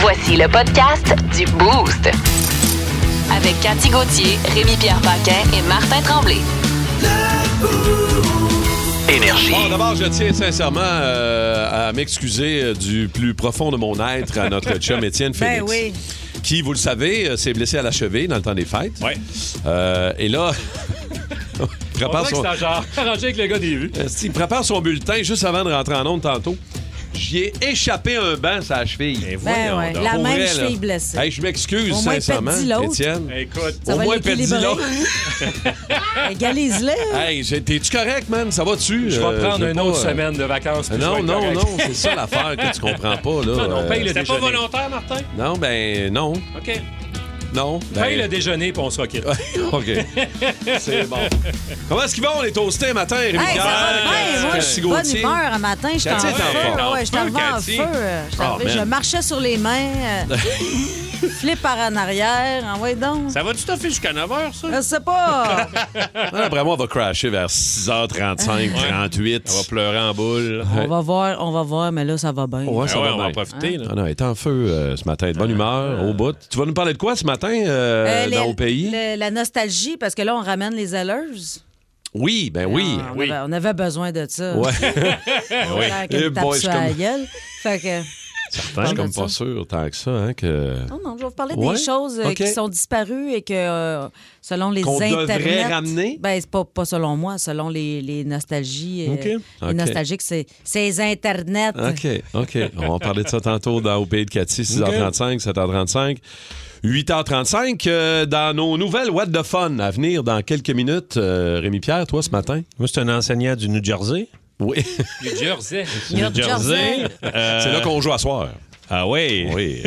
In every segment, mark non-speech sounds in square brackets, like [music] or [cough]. Voici le podcast du Boost. Avec Cathy Gauthier, Rémi-Pierre Paquin et Martin Tremblay. Énergie. Bon, d'abord, je tiens sincèrement euh, à m'excuser euh, du plus profond de mon être à [laughs] notre chum Étienne Félix. Ben oui. Qui, vous le savez, euh, s'est blessé à la cheville dans le temps des fêtes. Ouais. Euh, et là, [laughs] il On dirait prépare, que son, c'est un genre arrangé avec le gars des vues. Esti, il prépare son bulletin juste avant de rentrer en onde tantôt. J'y ai échappé un banc, sa cheville. Ben ouais, Pour la même vrai, là. cheville blessée. Hey, je m'excuse, Au moins, sincèrement, pète-dis l'autre. Étienne. Écoute, Ça Au va moins, l'équilibrer. pète-dis-là. [laughs] Égalise-le. Hey, j'ai- t'es-tu correct, man? Ça va-tu? je vais Euh, prendre veux une pas, autre euh, semaine de vacances. puis je Non, vais être non, correct. non, c'est ça l'affaire que tu comprends pas, là. Non, non, paye le Euh, déjeuner. pas volontaire. [laughs] Martin? Non, ben non. OK. Non. ben- Paye le déjeuner, puis on se quitte. [laughs] OK. [laughs] C'est bon. Comment est-ce qu'ils vont, les toastés, matin, Rémi Hey, ça va Pierre, bien, moi, je suis Cathy de bonne Gauthier? humeur un matin. Je suis en Cathy est feu. en forme. Ah Ouais, je suis en En feu. feu, euh, Je suis Oh, en feu. man. Je marchais sur les mains, [laughs] euh, flip par en arrière. Envoyez donc. Ça va-tu t'offrir jusqu'à 9 h, ça? Je sais pas. Ah, Après moi, on va crasher vers 6h35, 38. On va pleurer en boule. On va voir, on va voir, mais là, ça va bien. Ouais, Ah ça ouais, va on bien. va en Hein? profiter. là. Ah non, elle est en feu euh, ce matin, de bonne humeur, au bout. Tu vas nous parler de quoi ce matin euh, Euh, les- dans le pays? le- la nostalgie, parce que là, on ramène les alleuses. Oui, ben oui. Ah, on, oui. avait, on avait besoin de ça. Ouais. On oui. avait Eh qu'une tape boy, sur je la comme- gueule. Fait que, [laughs] [laughs] Je suis parle comme de ça. pas sûr tant que ça, hein, que... non, non, je vais vous parler Ouais, des choses euh, ok. qui sont disparues et que, euh, selon les Qu'on devrait internets... ramener? Ben, c'est pas, pas selon moi, selon les, les nostalgies. euh, Ok. Les Ok. nostalgiques, c'est c'est les internets. OK, OK. On va parler de ça tantôt dans Au Pays de Cathy, 6h35, 7h35. 8h35, euh, dans nos nouvelles What the Fun à venir dans quelques minutes. Euh, Rémi Pierre, toi, ce matin? Moi, c'est un enseignant du New Jersey. [laughs] Oui. Du Jersey. New Jersey. Euh, C'est là qu'on joue à soir. Ah oui. Oui.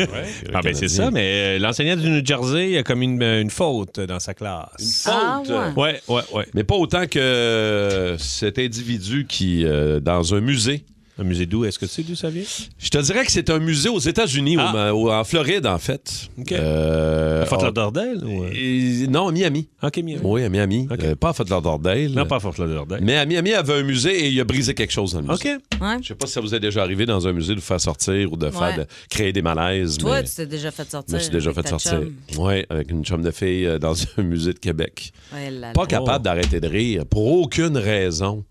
Ah ben c'est ça, mais euh, l'enseignant du New Jersey il a commis une, euh, une faute dans sa classe. Ah, Faute. ouais. Ouais, ouais, ouais. Mais pas autant que cet individu qui, euh, dans un musée, Un musée d'où? Est-ce que tu sais d'où ça vient? je te dirais que c'est un musée aux États-Unis, au- Ah. au- en Floride, en fait. OK. Euh, Fort on- Lauderdale? ou, euh? Et- Non, à Miami. OK, bien. Oui, à Miami. OK. Euh, pas à Fort Lauderdale. Non, pas à Fort Lauderdale. Mais à Miami avait un musée et il a brisé quelque chose dans le musée. OK. Ouais. Je sais pas si ça vous est déjà arrivé dans un musée de vous faire sortir ou de, faire, Ouais. de créer des malaises. Toi, mais tu t'es déjà fait je sortir. me suis déjà avec fait ta sortir. chum. Oui, avec une chum de fille euh, dans [laughs] un musée de Québec. Ouais, là, là. Pas capable d'arrêter de rire pour aucune raison.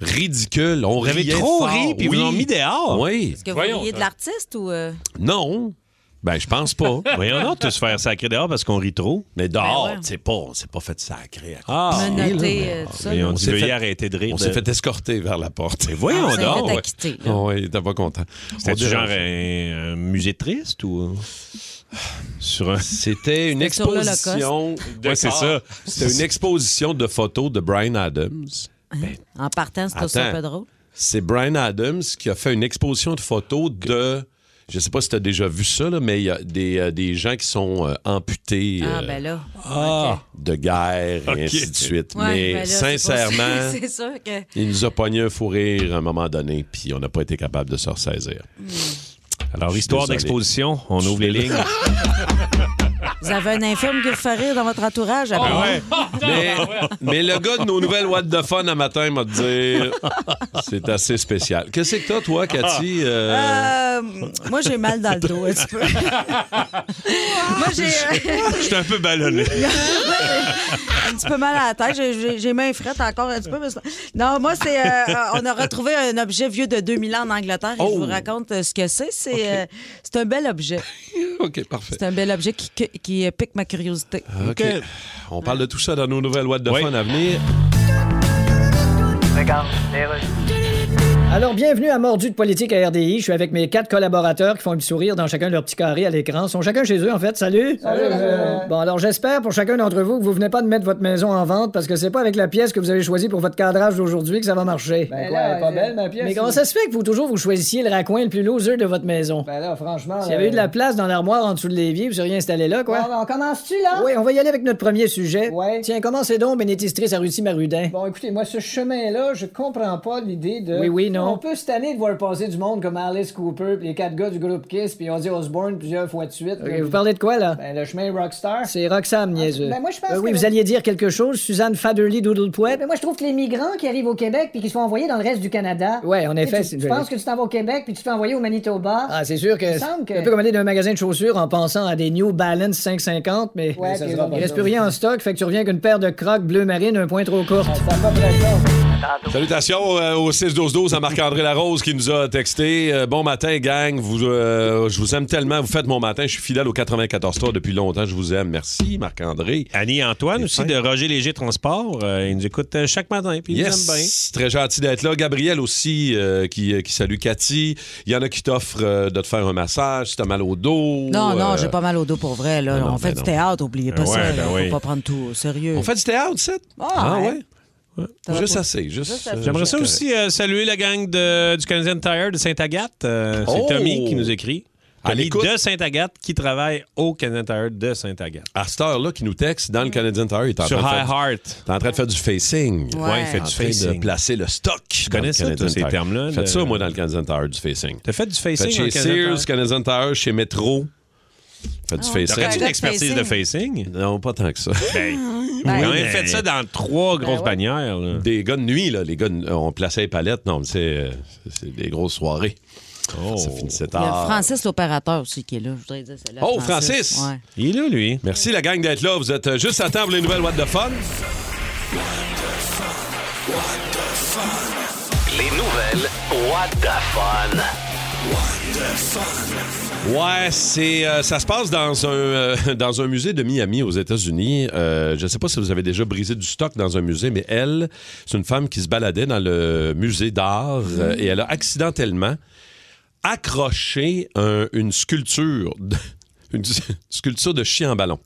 Ridicule. On Vous avez riait trop fort. ri, puis oui. vous l'ont mis dehors. Oui. Est-ce que vous Voyons, riez de ça. l'artiste ou... euh? Non. Ben, je pense pas. [laughs] Voyons donc, tous se faire sacrer dehors parce qu'on rit trop. Mais dehors, Ben ouais. tu sais pas, on s'est pas fait sacré. à- Ah! Menotté, euh, tout ça. Et On on dit, s'est veuillez fait- arrêter de rire. On de- s'est fait escorter vers la porte. Et Ah, Voyons vous avez donc. fait ouais. acquitter, là. oui, il était pas content. C'était On du genre dérange. un, un musée triste ou. euh, Sur un. C'était une C'était sur exposition. Ah, De Ouais, c'est corps. ça. C'était une exposition de photos de Brian Adams. hein? En partant, c'est aussi un ben, Attends. peu drôle. C'est Brian Adams qui a fait une exposition de photos de. Je sais pas si tu as déjà vu ça, là, mais il y a des, euh, des gens qui sont euh, amputés Ah, euh, ben là. Ah! de guerre et Ok. ainsi de suite. Ouais, mais ben là, c'est pas- sincèrement, [laughs] C'est sûr que. il nous a pogné un fou rire à un moment donné, puis on n'a pas été capable de se ressaisir. Hmm. Alors, histoire désolé. d'exposition, on ouvre les lignes. Vous avez un infirme qui vous fait rire dans votre entourage. après. ouais. [laughs] Mais, mais le gars de nos nouvelles What the Fun à matin [laughs] m'a dire c'est assez spécial. Qu'est-ce que t'as, toi, Cathy? [laughs] euh, Euh, moi, j'ai mal dans le dos un petit [laughs] peu. moi, [laughs] j'ai euh, [laughs] Je suis un peu ballonné. [laughs] un petit peu mal à la tête. J'ai- J'ai j'ai main frette encore un petit peu. mais c'est- Non, moi, c'est. euh, on a retrouvé un objet vieux de 2000 ans en Angleterre et Oh. je vous raconte euh, ce que c'est. C'est euh, c'est un bel objet. OK, parfait. C'est un bel objet qui, qui- qui, euh, pique ma curiosité. Ah, OK. On parle de tout ça dans nos nouvelles What the Oui. Fun à venir. Alors, bienvenue à Mordu de politique à RDI. Je suis avec mes quatre collaborateurs qui font un petit sourire dans chacun de leur petit carré à l'écran. Ils sont chacun chez eux, en fait. Salut! Salut! Bon, alors j'espère pour chacun d'entre vous que vous venez pas de mettre votre maison en vente parce que c'est pas avec la pièce que vous avez choisie pour votre cadrage d'aujourd'hui que ça va marcher. Ben quoi, pas belle, ma pièce. Mais comment ça se fait que vous toujours vous choisissiez le raccoin le plus loser de votre maison? Ben là, franchement... S'il y avait eu de la place dans l'armoire en dessous de l'évier, vous seriez installé là, quoi? on commence-tu, là? Oui, on va y aller avec notre premier sujet. Ouais. Tiens, commencez donc, bénéticitrice à Russie Marudin. Bon, écoutez, moi, ce chemin-là, je comprends pas l'idée de... Oui, oui, non, non? On peut cette année de voir passer du monde comme Alice Cooper, puis les quatre gars du groupe Kiss, puis on dit Osborne plusieurs fois de suite. vous parlez de quoi, là? Ben, le chemin Rockstar. Ah, C'est Roxham, niaiseux. Euh, ben, moi, je pense oui, que- vous alliez dire quelque chose, Suzanne Faderly Doodle Mais Poet. moi, je trouve que les migrants qui arrivent au Québec puis qui sont envoyés dans le reste du Canada. Ouais, Tu en sais, effet, c'est Tu, une tu jolie- penses que tu t'en vas au Québec puis tu te fais envoyer au Manitoba. Ah, c'est sûr que. Il me semble que- Un peu comme aller d'un magasin de chaussures en pensant à des New Balance 550, mais. Ouais, ça t'es sera bon, pas Il reste bon. plus rien en stock, fait que tu reviens avec une paire de crocs bleu marine un point trop courte. Salutations euh, au 6-12-12 à Marc-André Larose qui nous a texté. Euh, bon matin, gang. Vous, euh, je vous aime tellement. Vous faites mon matin. Je suis fidèle au 94-3 depuis longtemps. Je vous aime. Merci, Marc-André. Annie et Antoine Et aussi fin. de Roger Léger Transport. euh, ils nous écoutent euh, chaque matin. Puis ils nous aiment bien. Yes, très gentil d'être là. Gabriel aussi euh, qui, euh, qui salue Cathy. Il y en a qui t'offrent euh, de te faire un massage si t'as mal au dos. Non, non, Euh, j'ai pas mal au dos pour vrai. Là. non, non, on fait ben du non. théâtre, oubliez pas Ouais, ça. ben là. Faut oui. pas prendre tout au sérieux. On fait du théâtre, tu sais? Ah, ouais. ouais. Juste assez. Juste, Juste assez. euh, J'aimerais juste ça correct. aussi euh, saluer la gang de- du Canadian Tire de Sainte-Agathe. Euh, c'est Oh! Tommy qui nous écrit. À Tommy l'écoute. de Sainte-Agathe qui travaille au Canadian Tire de Sainte-Agathe. À cette heure-là, qui nous texte Mm. dans le Canadian Tire, il est en Sur train de High faire- Heart. T'es en train de faire du facing. Ouais. Ouais, il fait En du train de facing. placer le stock. Je connais ça, tous ces termes-là, Faites le- ça, moi, dans le Canadian Tire, du facing. T'as fait du Faites facing au chez Canadian Tire? Sears, Canadian Tire, chez Metro. Faites du Ah ouais. T'aurais-tu facing. une expertise de facing? Non, pas tant que ça. On a quand Oui, même mais- fait ça dans trois grosses Ben ouais. bannières. là. Des gars de nuit, là. Les gars, de- on plaçait les palettes. Non, mais c'est euh, c'est des grosses soirées. Oh. Ça finissait Il y a tard. Francis, l'opérateur aussi, qui est là. Je voudrais dire c'est là, Ah. Oh, Francis! Ouais. Il est là, lui. Merci, la gang, d'être là. Vous êtes euh, juste à temps pour les nouvelles What the Fun. Les nouvelles, what the fun. Ouais, c'est euh, ça se passe dans un euh, [laughs] dans un musée de Miami aux États-Unis. Euh, je sais pas si vous avez déjà brisé du stock dans un musée, mais elle, c'est une femme qui se baladait dans le musée d'art euh, et elle a accidentellement accroché un- une sculpture de- [laughs] une sculpture de chien en ballon.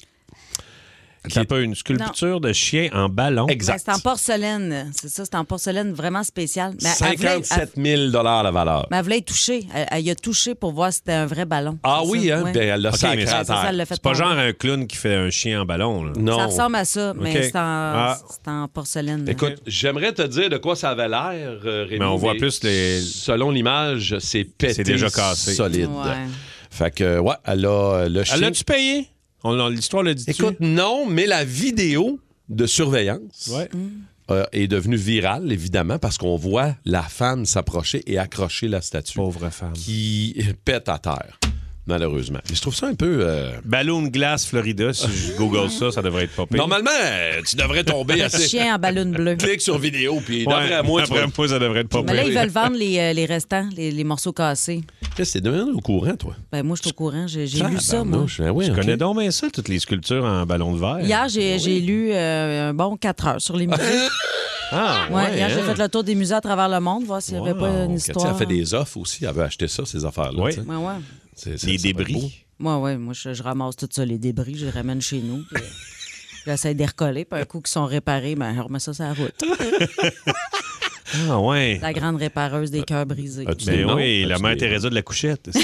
C'est un peu une sculpture de chien en ballon. Ben, c'est en porcelaine. C'est ça, c'est en porcelaine vraiment spéciale. Ben, Mais elle voulait- elle- 57 000 dollars la valeur. mais elle voulait y toucher. Elle, elle y a touché pour voir si c'était un vrai ballon. Ah C'est oui, ça, hein? ouais. Ben, elle l'a Ok, sacré mais à c'est- ça, elle terre. l'a fait C'est pas tomber. genre un clown qui fait un chien en ballon. là. Non. Ça ressemble à ça, mais Ok. c'est en, Mm. Ah. c'est en porcelaine. Écoute, j'aimerais te dire de quoi ça avait l'air, euh, Rémi. Mais on voit plus les- Selon l'image, c'est pété. C'est déjà cassé. Solide. Ouais. Fait que, ouais, elle a euh, le Elle chien. l'a-tu payé? On, on- L'histoire le dit Écoute, non, mais la vidéo de surveillance Ouais. euh, est devenue virale, évidemment, parce qu'on voit la femme s'approcher et accrocher la statue Pauvre femme. qui pète à terre, malheureusement. Mais je trouve ça un peu... euh, Balloon glace Florida, si je google ça, ça devrait être pas pire. Normalement, euh, tu devrais tomber [laughs] assez... Chien en [laughs] ballon bleu. Clique sur vidéo, puis Ouais, d'après moi, tu d'après vas- moi, ça devrait être Ah, pas Mais là, ben pire. ils veulent vendre les, euh, les restants, les, les morceaux cassés. Qu'est-ce que c'est devenu au courant, toi? Ben, moi, je suis au courant. J'ai j'ai lu ça, moi. Tabarnouche, ben oui, Je ok. connais donc bien ça, toutes les sculptures en ballon de verre. Hier, Ben j'ai j'ai lu euh, un bon 4 heures [laughs] sur les musées. Ah, Ouais, ouais, hier, j'ai hein? fait le tour des musées à travers le monde, voir s'il n'y avait Wow, pas une Cathy, histoire. Elle fait des offres aussi. Elle veut acheter ça, ces affaires-là. Oui. tu sais. Ouais, ouais. C'est- c'est- Les ça va être beau. débris. Moi, ouais, moi, je, je ramasse tout ça, les débris, je les ramène chez nous. [laughs] puis, euh, J'essaie de les recoller, puis un coup qu'ils sont réparés, ben, on remet ça sur la [laughs] route. Ah, ouais. La grande répareuse des cœurs brisés. As-tu Mais des noms? oui, la As-tu mère des- Teresa de la [laughs] couchette. [laughs]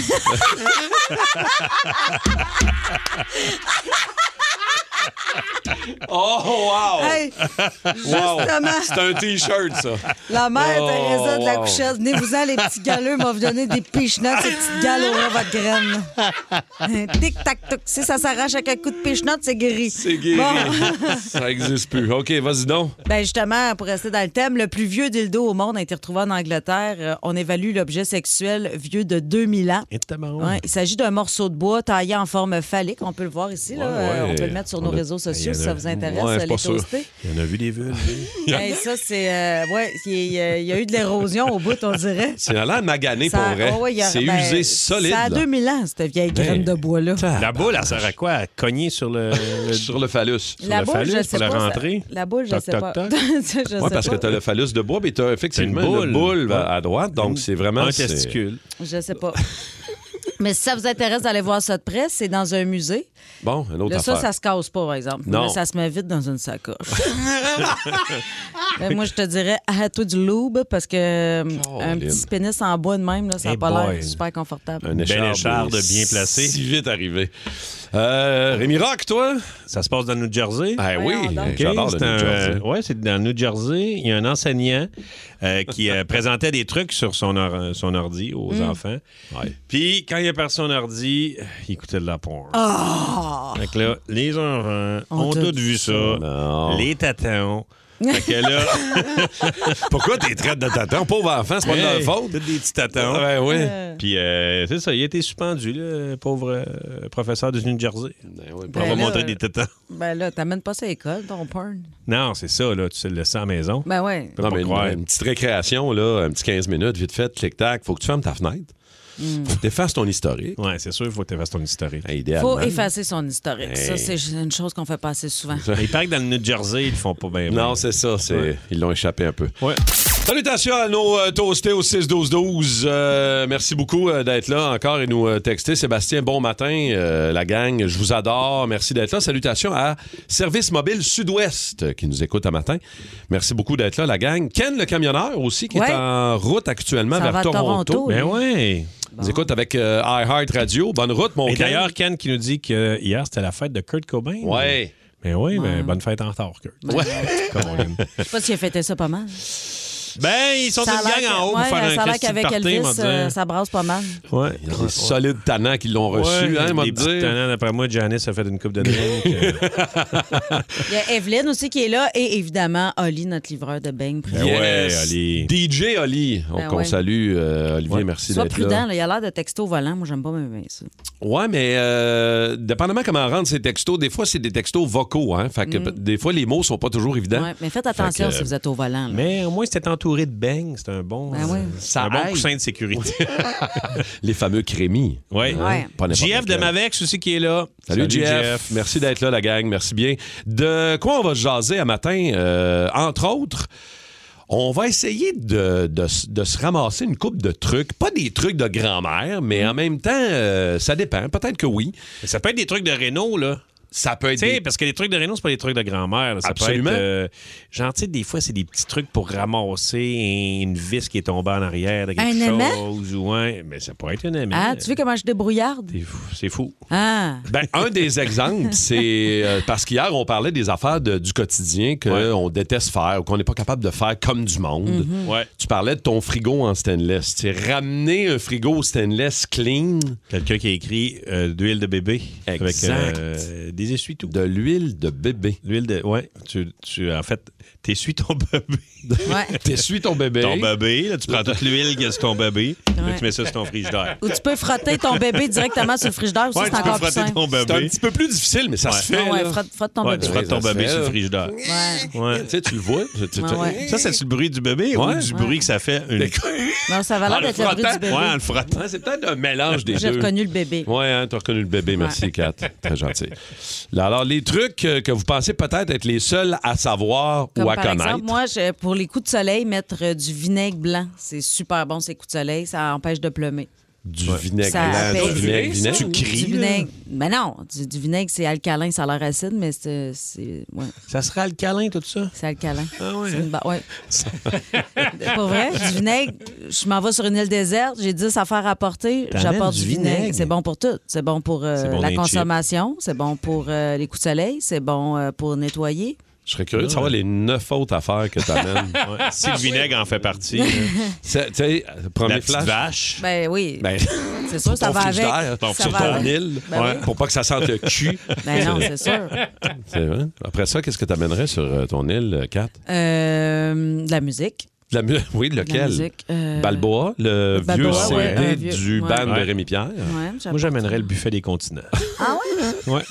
Oh, wow! Hey, justement, C'est un T-shirt, ça. [laughs] la mère Oh, Teresa de la wow. couchette, venez-vous-en, les petits galeux, m'a donné des pichenottes, ces petites gales aura votre graine. [laughs] Tic-tac-toc, si ça s'arrache avec un coup de pichenotte, c'est guéri. C'est guéri. Bon. ça n'existe plus. OK, vas-y donc. Ben justement, pour rester dans le thème, le plus vieux dildo au monde a été retrouvé en Angleterre. Euh, On évalue l'objet sexuel vieux de 2000 ans. Et tabarou. Ouais, il s'agit d'un morceau de bois taillé en forme phallique. On peut le voir ici. là. Ouais, Euh, ouais. On peut le mettre sur On a- nos Ben, Ben, réseaux sociaux si ça vous intéresse, Ouais, je suis euh, pas les sûr. [laughs] toastés. Il y en a vu des vulves. lui. [laughs] Ben, ça, c'est. euh, ouais, il y a- il y a eu de l'érosion au bout, on dirait. C'est à l'air magané pour Ça- vrai. oh, ouais, il y a- c'est ben, usé solide. Ça a là. Ben, 2000 ans, cette vieille graine de bois-là. La boule, elle sert à quoi? À cogner sur le. le- [laughs] Sur le phallus. sur le phallus pour la ça- rentrée? La boule, je Toc, sais toc, pas. toc. [laughs] Ça, je Oui, sais parce que pas. tu as le phallus de bois, puis tu as effectivement C'est une boule. le boule Ouais. à droite. Donc, c'est vraiment. un c'est- testicule. Je sais pas. Mais si ça vous intéresse d'aller voir ça de près, c'est dans un musée. Bon, une autre Là, ça, affaire. ça se casse pas, par exemple. Non. Là, ça se met vite dans [laughs] une sacoche. Ben, moi, je te dirais, arrête-toi du lube parce que euh, un Caroline. petit pénis en bois de même, là, ça n'a Hey pas boy. l'air super confortable. Un écharde, écharde est Ben bien placée. Si vite arrivé. Euh, Rémi Rock, toi? Ça se passe dans le New Jersey. Ah oui, Voyons donc. OK, j'adore le c'est un, New Jersey. euh, ouais, c'est dans le New Jersey. Il y a un enseignant euh, qui euh, présentait des trucs sur son, or- son ordi aux Hmm. enfants. Puis quand il a perdu son ordi, euh, il écoutait de la porn. Ah. Fait que là, les enfants On ont t'a tous vu ça. Non. Les tatons. Fait que là, [laughs] Pourquoi t'es traite de tâton? Pauvre enfant, c'est pas de leur Hey, faute. tous des petits tatons. Ouais, oui. Puis euh, c'est ça, il a été suspendu, le pauvre euh, professeur du New Jersey. Pour Ben avoir là- montré des tétons. Ben là, t'amènes pas ça à l'école, ton porn. Non, c'est ça, là, tu le sens à la maison. Ben ouais. Peut Non, pas mais une, croire. une petite récréation, là, un petit 15 minutes, vite fait, clic-tac. Faut que tu fermes ta fenêtre. Hmm. Faut que tu effaces ton historique. Ouais, c'est sûr, il faut que tu fasses ton historique. Eh, idéalement. Faut effacer son historique. Ça, Hey. c'est une chose qu'on fait pas [laughs] assez souvent. Mais [laughs] il paraît que dans le New Jersey, ils le font pas bien. Non, c'est ça. c'est- Ouais. Ils l'ont échappé un peu. Ouais. Salutations à nos euh, toastés au 6-12-12. Euh, merci beaucoup euh, d'être là encore et nous euh, texter. Sébastien, bon matin, euh, la gang. Je vous adore. Merci d'être là. Salutations à Service Mobile Sud-Ouest euh, qui nous écoute un matin. Merci beaucoup d'être là, la gang. Ken, le camionneur aussi, qui Ouais. est en route actuellement Ça vers va à Toronto. Toronto, Ben ouais. Nous écoute avec euh, iHeart Radio. Bonne route, mon Et Ken. d'ailleurs, Ken qui nous dit que hier, c'était la fête de Kurt Cobain. Ouais. Mais oui, ben, bonne fête en retard, Kurt. [laughs] Ouais. [laughs] Comme on l'aime. Je sais pas s'il a fêté ça pas mal. ben, ils sont Ça a une gang l'air que- en haut ouais, ben, pour faire ça a un l'air Christy qu'avec party, Elvis, moi, dire. euh, ça brasse pas mal. Ouais. Les solides tannants qui l'ont reçu, Ouais, hein, m'a les dit. petits tenants, d'après moi, Janice a fait une coupe de drink. euh, Il y a Evelyne aussi qui est là et évidemment Oli, notre livreur de beigne. préféré. Ben ouais, Yes. Oli. DJ Oli, on, Ben qu'on ouais. salue. euh, Olivier, Ouais. merci Sois d'être là. prudent, là, il a l'air de texto au volant. Moi, j'aime pas même bien ça. Ouais, mais euh, dépendamment comment rendre ces textos, des fois, c'est des textos vocaux. Hein, fait que p- des fois, les mots sont pas toujours évidents. Mm. Ouais, mais faites attention Fait que, si vous êtes au volant. là. euh. Mais au moins, c'était entouré de bangs. C'était un bon, euh, Ben ouais. c'est un Ça bon aide. coussin de sécurité. [laughs] Les fameux crémis. Hein? ouais. Ouais. Pas n'importe JF de lequel. Mavex aussi qui est là. Salut, JF. Merci d'être là, la gang. Merci bien. De quoi on va jaser à matin? Euh, entre autres, on va essayer de, de s- de se ramasser une coupe de trucs. Pas des trucs de grand-mère, mais en même temps, euh, ça dépend. Peut-être que oui. Mm. Ça peut être des trucs de Renault, là. Ça peut être. Tu sais, des- parce que les trucs de Renault, c'est pas des trucs de grand-mère. là. Ça Absolument. peut être. euh, genre, tu sais, des fois, c'est des petits trucs pour ramasser une vis qui est tombée en arrière de quelque Un aimant? chose. Ou un... Eh, Mais ça pourrait être un aimant. Ah, tu veux comment je débrouillarde? C'est fou. C'est fou. Ah! Ben, un des exemples, c'est euh, parce qu'hier, on parlait des affaires de- du quotidien Ouais. qu'on déteste faire ou qu'on n'est pas capable de faire comme du monde. Mm-hmm. Ouais. Tu parlais de ton frigo en stainless. Tu sais, ramener un frigo stainless clean, Quelqu'un qui a écrit euh, de l'huile de bébé avec Exact. euh, des essuie-tout. de l'huile de bébé. L'huile de. Ouais. Tu, tu, en fait, t'essuies ton [laughs] bébé. Ouais. T'essuies ton bébé. Ton bébé, là, tu prends toute l'huile que c'est ton bébé, là, Ouais. tu mets ça sur ton frigidaire. Ou tu peux frotter ton bébé directement sur le frigidaire, ou ça, Ouais, c'est tu peux encore plus frotter simple. ton C'est un bébé. petit peu plus difficile, mais ça se fait. Ah ouais, là. frotte, frotte ton Ouais, tu bébé. frottes ton Ça se bébé fait, sur le là. frigidaire. Ouais. Ouais. Tu sais, tu le vois. Tu- tu- tu- Ouais, ouais. Ça, c'est le bruit du bébé ou Ouais. du Ouais. bruit que ça fait? Une... Non, ça va l'air En le d'être le bruit frottant. du bébé. Ouais, en le frottant. Ouais, c'est peut-être un mélange des J'ai deux. reconnu le bébé. Oui, hein, tu as reconnu le bébé. Merci, Kat. Très gentil. Là, Alors, les trucs euh, que vous pensez peut-être être les seuls à savoir Comme ou à par connaître. exemple, moi, je- pour les coups de soleil, mettre euh, du vinaigre blanc, c'est super bon ces coups de soleil, ça empêche de pleumer. du vinaigre Ça blanc, fait- du vinaigre, Ça, vinaigre. Tu cries. Du vinaigre. Mais non, du, du vinaigre, c'est alcalin, ça a l'air acide, mais c'est c'est- ouais, Ça sera le câlin, tout ça? c'est alcalin. Ah ouais, C'est hein? une ba- ouais. Pour vrai, du vinaigre, je m'en vais sur une île déserte, j'ai 10 affaires à porter, T'amènes j'apporte du du vinaigre. vinaigre. C'est bon pour tout. C'est bon pour euh, C'est bon dans la les consommation, c'est bon pour euh, les coups de soleil, c'est bon euh, pour nettoyer. Je serais curieux de savoir les neuf autres affaires que tu amènes. [laughs] Ouais. Si le Ah vinaigre en fait [laughs] partie, là, Tu sais, euh, premier la petite flash. vache. Ben oui, Ben, [laughs] c'est sûr, ça ton va avec. frigidaire, ton- Ça sur va ton avec. île, Ben ouais, oui. pour pas que ça sente le cul. [laughs] Ben non, [laughs] c'est sûr. C'est vrai. Après ça, qu'est-ce que tu amènerais sur euh, ton île, euh, Kat? Euh, de la musique. De [laughs] la mu- oui, De la lequel? musique. euh, Balboa, le Balboa, vieux ouais, CD un vieux- du ouais. band Ouais. de Rémi-Pierre. ouais, j'apporte- Moi, j'amènerais le buffet des continents. Ah [laughs] ouais? Ouais.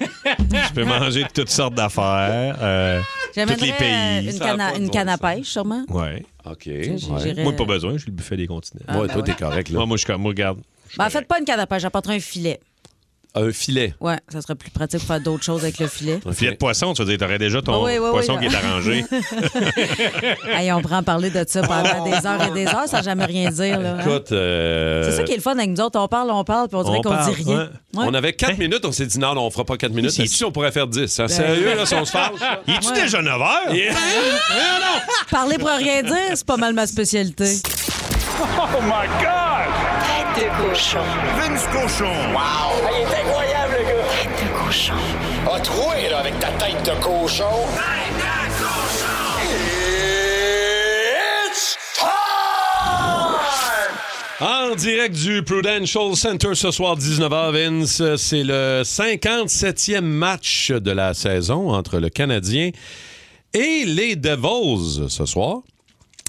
Je peux manger toutes sortes d'affaires. euh, tous les J'amènerais euh, pays. une, Ça canne a à, pas de une bon canne à sens. pêche, sûrement. Ouais. OK. Ah, Tu sais, j'irais- Moi, pas besoin, j'ai le buffet des continents. Ouais, toi, t'es correct, là. Moi, moi, je suis comme, moi, regarde. je suis Ben, en correct. fait, pas une canne à pêche, j'apporterais un filet. un filet. Ouais, ça serait plus pratique pour faire d'autres choses avec le [laughs] filet. Un filet de poisson, tu veux dire, t'aurais déjà ton Ah oui, oui, oui, poisson là. qui est arrangé. Hey, on prend parler de ça pendant des heures et des heures sans jamais rien dire. là, hein? Écoute, euh, C'est ça qui est le fun avec nous autres. On parle, on parle, puis on dirait on qu'on dit parle, rien. ouais. Ouais. On avait 4 Hein? minutes, on s'est dit non, non, on fera pas 4 minutes. Si- Si on pourrait faire 10. Ben, hein? Sérieux, là, si on [laughs] se fâche. là? Il est-tu déjà 9 h? Parler pour rien dire, c'est pas mal ma spécialité. Oh Tête de cochon. Vince Cochon. Wow! Ah, il est incroyable, le gars! Tête de cochon. A troué, là, avec ta tête de cochon. Tête de cochon! It's time! En direct du Prudential Center ce soir, 19h, Vince, c'est le 57e match de la saison entre le Canadien et les Devils ce soir.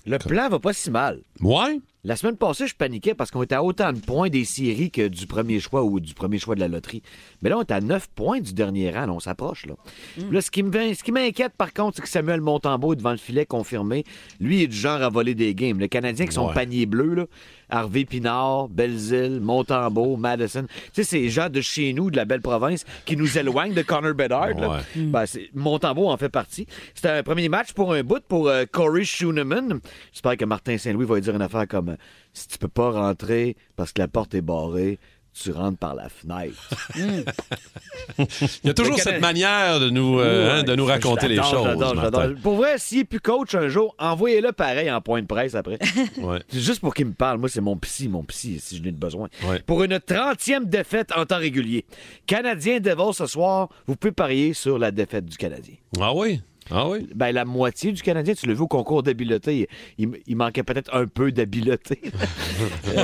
Le plan va pas si mal. Ouais, La semaine passée, je paniquais parce qu'on était à autant de points des séries que du premier choix ou du premier choix de la loterie. Mais là, on est à 9 points du dernier rang. là, on s'approche, là. Hmm. Là, ce qui me vient- ce qui m'inquiète, par contre, c'est que Samuel Montembeau est devant le filet confirmé. Lui, il est du genre à voler des games. Le Canadien avec son Ouais. panier bleu, là, Harvey Pinard, Belzile, Montembeau, Madison. Tu sais, ces gens de chez nous, de la belle province, qui nous éloignent de Connor Bedard. là. Ouais. Ben, c'est- Montembeau en fait partie. C'était un premier match pour un bout pour euh, Corey Schooneman. J'espère que Martin Saint-Louis va lui dire une affaire comme euh, Si tu peux pas rentrer parce que la porte est barrée, tu rentres par la fenêtre. il y a toujours Le cette Canadien- manière de nous, euh, hein, de nous raconter les J'adore, choses. j'adore, Martin. j'adore. Pour vrai, s'il est plus coach un jour, envoyez-le pareil en point de presse après. [laughs] Ouais. C'est juste pour qu'il me parle. Moi, c'est mon psy, mon psy, si je n'ai de besoin. Ouais. Pour une 30e défaite en temps régulier. Canadien Devil ce soir, vous pouvez parier sur la défaite du Canadien. Ah oui, ah oui. Ben, la moitié du Canadien, tu l'as vu au concours d'habileté, il, il manquait peut-être un peu [laughs] d'habileté.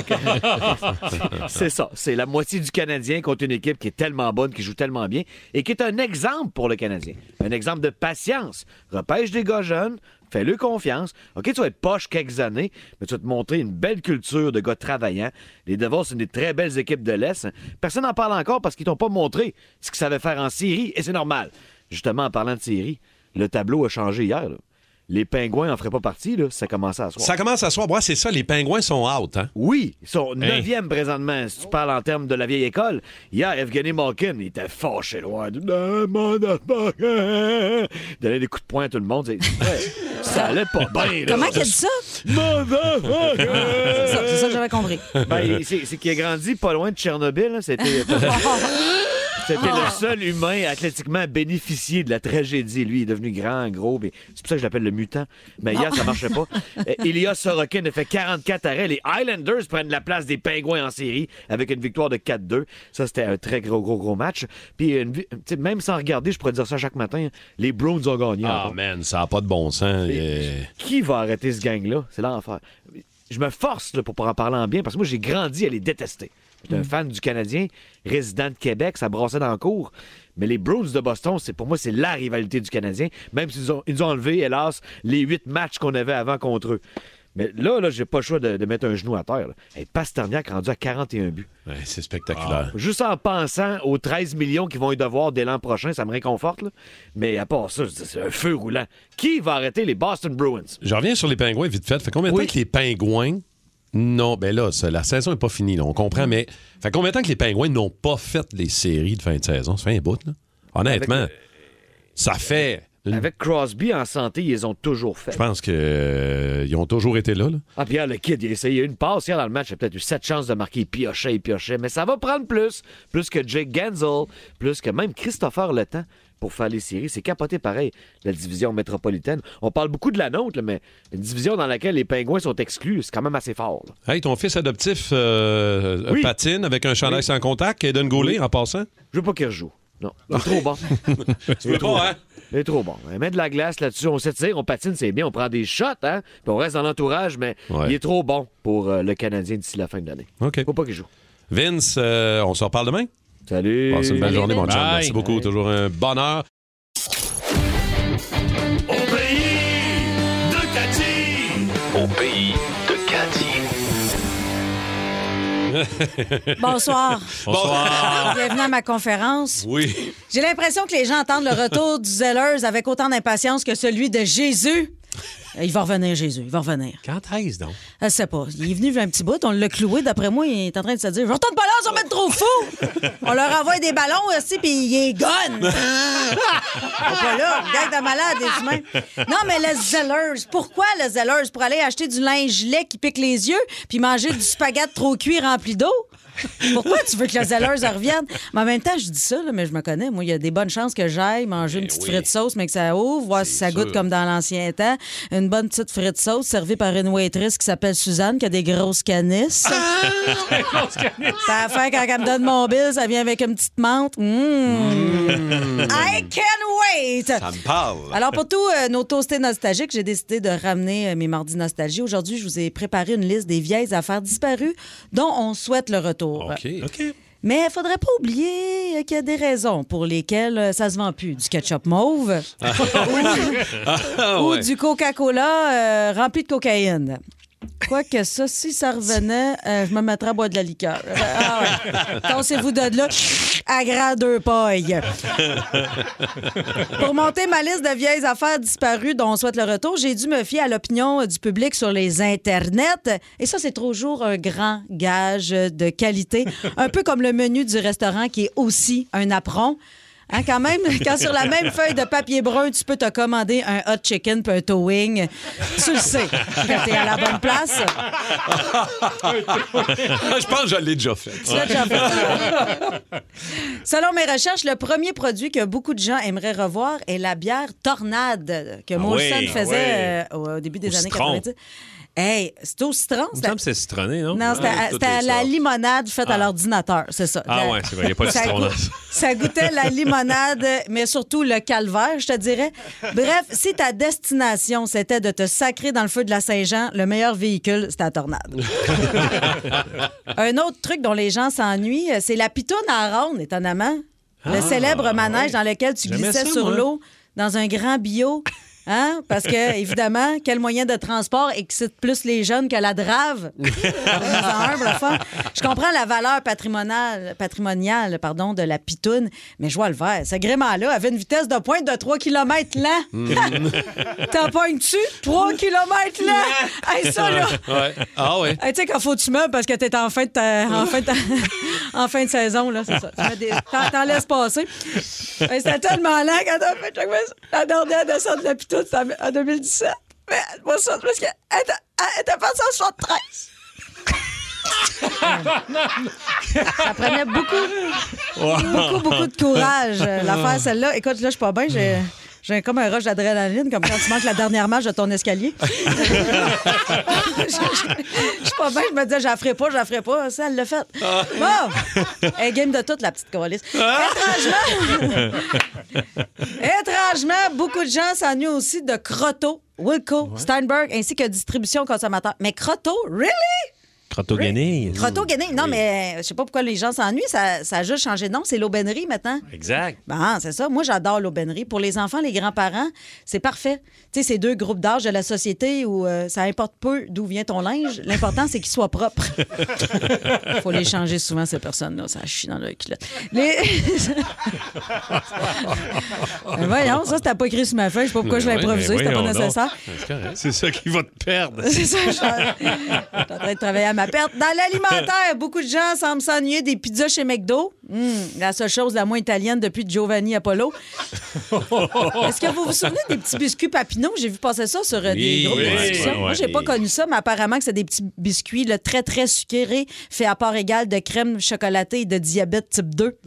[laughs] c'est ça. C'est la moitié du Canadien contre une équipe qui est tellement bonne, qui joue tellement bien et qui est un exemple pour le Canadien. Un exemple de patience. Repêche des gars jeunes, fais-le confiance. OK, tu vas être poche quelques années, mais tu vas te montrer une belle culture de gars travaillants. Les Devils, c'est une des très belles équipes de l'Est. Personne n'en parle encore parce qu'ils t'ont pas montré ce qu'ils savaient faire en Syrie et c'est normal. Justement, en parlant de Syrie, le tableau a changé hier. là. Les pingouins en feraient pas partie, là, si ça commençait à soir. Ça commence à soir. Ouais, c'est ça, les pingouins sont out. Hein? Oui, ils sont neuvième présentement, si tu parles en termes de la vieille école. Hier, Evgeny Malkin, il était fâché loin. Il donnait des coups de poing à tout le monde. C'est- Ouais, [laughs] ça allait pas bien. Ben, là. Comment qu'il a [laughs] dit ça? C'est ça, c'est ça que j'avais compris. Ben, il- c'est c'est qu'il a grandi pas loin de Tchernobyl. là. C'était euh, c'était le seul humain athlétiquement à bénéficier de la tragédie. Lui, il est devenu grand, gros. mais C'est pour ça que je l'appelle le mutant. Mais hier, ça marchait pas. Euh, Ilya Sorokin a fait 44 arrêts. Les Highlanders prennent la place des Pingouins en série avec une victoire de 4-2. Ça, c'était un très gros, gros, gros match. Puis, une vi- tu sais, même sans regarder, je pourrais dire ça chaque matin, les Browns ont gagné. Ah encore. man, ça n'a pas de bon sens. Euh, Yeah. Qui va arrêter ce gang-là? C'est l'enfer. Je me force là, pour en parler en bien parce que moi, j'ai grandi à les détester. J'étais Mm. un fan du Canadien, résident de Québec, ça brassait dans le cours. Mais les Bruins de Boston, c'est pour moi, c'est la rivalité du Canadien, même s'ils ont, ils nous ont enlevé, hélas, les huit matchs qu'on avait avant contre eux. Mais là, là j'ai pas le choix de, de mettre un genou à terre. Et hey, Pasterniak rendu à 41 buts. Ah. Ouais, c'est spectaculaire. Juste en pensant aux 13 millions qu'ils vont y devoir dès l'an prochain, ça me réconforte. là. Mais à part ça, je dis, c'est un feu roulant. Qui va arrêter les Boston Bruins? Je reviens sur les pingouins vite fait. Fait combien de Oui. temps que les pingouins. Non, ben là, ça- la saison n'est pas finie, là, on Mm. comprend, mais. Fait combien de temps que les pingouins n'ont pas fait les séries de fin de saison? Ça fait un bout, là. Honnêtement, Avec, euh, ça fait. une- Avec Crosby en santé, ils les ont toujours fait. Mm. Je pense que euh, ils ont toujours été là. là. Ah, puis hier, le kid, il a essayé une passe. Hier, dans le match, il a peut-être eu sept chances de marquer. Il piochait, il piochait. Mais ça va prendre plus. Plus que Jake Gensel. Plus que même Christopher Le Temps pour faire les séries. C'est capoté pareil, la division métropolitaine. On parle beaucoup de la nôtre, là, mais une division dans laquelle les pingouins sont exclus, c'est quand même assez fort. là. Hey, ton fils adoptif euh, Oui. patine avec un chandail sans contact, Eden Goulet en passant? Je veux pas qu'il rejoue. Non, il est trop [laughs] bon. Tu veux pas, hein? Il est trop bon. On met de la glace là-dessus, on s'étire, on patine, c'est bien, on prend des shots, hein, puis on reste dans l'entourage, mais Ouais. il est trop bon pour euh, le Canadien d'ici la fin de l'année. OK. Faut pas qu'il joue. Vince, euh, on se reparle demain? Salut. Passe une belle journée, mon chum. Bye. Merci beaucoup. Toujours un bonheur. Au pays de Cathy. [laughs] Bonsoir. Bonsoir. [laughs] Bienvenue à ma conférence. [laughs] Oui. J'ai l'impression que les gens entendent le retour du Zellers avec autant d'impatience que celui de Jésus. Euh, Il va revenir, Jésus. Il va revenir. Quand est-ce donc? Je sais pas. Il est venu il y a un petit bout, on l'a cloué. D'après moi, il est en train de se dire Je retourne pas là, ils vont mettre trop fou. on leur envoie des ballons aussi, puis il est gone. Ils sont pas là, gang de malade, les humains. Non, mais le zelleuse. Pourquoi le zelleuse Pour aller acheter du linge lait qui pique les yeux, puis manger du spaghette trop cuit rempli d'eau pourquoi tu veux que la zelleuse revienne? Mais en même temps, je dis ça, là, mais je me connais. Moi, il y a des bonnes chances que j'aille manger une petite frite sauce, mais que ça ouvre, voir si ça goûte comme dans l'ancien temps. Une bonne petite frite sauce servie par une waitress qui s'appelle Suzanne, qui a des grosses canisses. Ça fait quand elle me donne mon bill, ça vient avec une petite menthe. Mm. I can wait! Ça me parle. [laughs] Alors, pour tous euh, nos toastés nostalgiques, j'ai décidé de ramener euh, mes mardis nostalgie. Aujourd'hui, je vous ai préparé une liste des vieilles affaires disparues dont on souhaite le retour. OK. Mais il faudrait pas oublier euh, qu'il y a des raisons pour lesquelles euh, ça se vend plus. Du ketchup mauve Ah, [laughs] ou ouais. du Coca-Cola euh, rempli de cocaïne. Quoique ça, si ça revenait, euh, je me mettrais à boire de la liqueur. Ah ouais. Tassez-vous de là, à grand deux pailles. [laughs] Pour monter ma liste de vieilles affaires disparues dont on souhaite le retour, j'ai dû me fier à l'opinion euh, du public sur les internets. Et ça, c'est toujours un grand gage euh, de qualité. Un peu comme le menu du restaurant qui est aussi un apron. Hein, quand même, quand sur la même feuille de papier brun, tu peux te commander un hot chicken puis un towing, tu le sais quand t'es à la bonne place. Ah, je pense que je l'ai déjà fait. Tu l'as déjà fait. Selon mes recherches, le premier produit que beaucoup de gens aimeraient revoir est la bière Tornade [laughs] Ah que Molson oui, faisait euh, au- au début des Au années citron. 90. Hey, c'était au citron? Il me c'était- semble que c'est citronné, non? Non, c'était Ouais, à- toutes c'était à les la sortes. limonade faite à l'ordinateur, c'est ça. Ah La- ouais, c'est vrai, il n'y a pas de ça, citron goût- dans ça. ça goûtait la limonade, mais surtout le calvaire, je te dirais. Bref, si ta destination, c'était de te sacrer dans le feu de la Saint-Jean, le meilleur véhicule, c'était la tornade. [laughs] Un autre truc dont les gens s'ennuient, euh, c'est la pitoune à ronde, étonnamment. Le célèbre manège dans lequel tu Ah, J'aimais glissais ça, sur moi. l'eau dans un grand bio. Hein? Parce que, évidemment, quel moyen de transport excite plus les jeunes que la drave? Parlez-en un, pour le fun. Je comprends la valeur patrimoniale, patrimoniale pardon, de la pitoune, mais je vois le vert. Ce gréement-là avait une vitesse de pointe de 3 km Hmm. lent. T'en pognes-tu? 3 km lent! Hey, ça, là! Ouais. Ah ouais. Hey, tu sais, quand faut que tu meubles parce que t'es en fin de, ta- [laughs] en fin de, ta- en fin de saison, là, c'est ça. Tu mets des- T'en, t'en laisses passer. Mais [laughs] c'était tellement lent quand t'as fait chaque fois la dernière descente de l'hôpital, c'était en en 2017. Mais moi, ça, parce que elle était- elle était passée en 73. Ça prenait beaucoup, beaucoup, beaucoup de courage, euh, l'affaire celle-là. Écoute, là, je suis pas bien. J'ai, j'ai comme un rush d'adrénaline, comme quand tu manques la dernière marche de ton escalier. je, je- je suis pas bien, je me disais, je la ferai pas, je la ferai pas. Ça, elle l'a fait. Bon! Elle est game de toute, la petite coalice. Étrangement, étrangement, beaucoup de gens s'ennuient aussi de Crotto, Wilco, Steinberg, ainsi que Distribution Consommateur. Mais Crotto, really? Crotoguenille. Crotto Guénin. Non, mais euh, je sais pas pourquoi les gens s'ennuient. Ça, ça a juste changé de nom. C'est l'aubainerie maintenant. Exact. Bon, c'est ça. Moi, j'adore l'aubainerie. Pour les enfants, les grands-parents, c'est parfait. Tu sais, ces deux groupes d'âge de la société où euh, ça importe peu d'où vient ton linge, l'important, c'est qu'il [laughs] soit propre. faut les changer souvent, ces personnes-là. Ça chie dans le culotte. [laughs] Les... Mais Ben, Voyons, ça, c'était pas écrit sur ma feuille. Je sais pas pourquoi je l'ai Mais Ben oui, improvisé. mais C'était pas voyons donc. nécessaire. [laughs] C'est ça qui va te perdre. C'est ça, je suis en- je suis en train de travailler à ma perte. Dans l'alimentaire, beaucoup de gens semblent s'ennuyer des pizzas chez McDo. Hum, la seule chose la moins italienne depuis Giovanni Apollo. [laughs] Est-ce que vous vous souvenez des petits biscuits Papineau? J'ai vu passer ça sur euh, Oui, des groupes oui, de discussion. oui, Moi, j'ai oui. pas connu ça, mais apparemment que c'est des petits biscuits là, très, très sucrés, faits à part égale de crème chocolatée et de diabète type 2.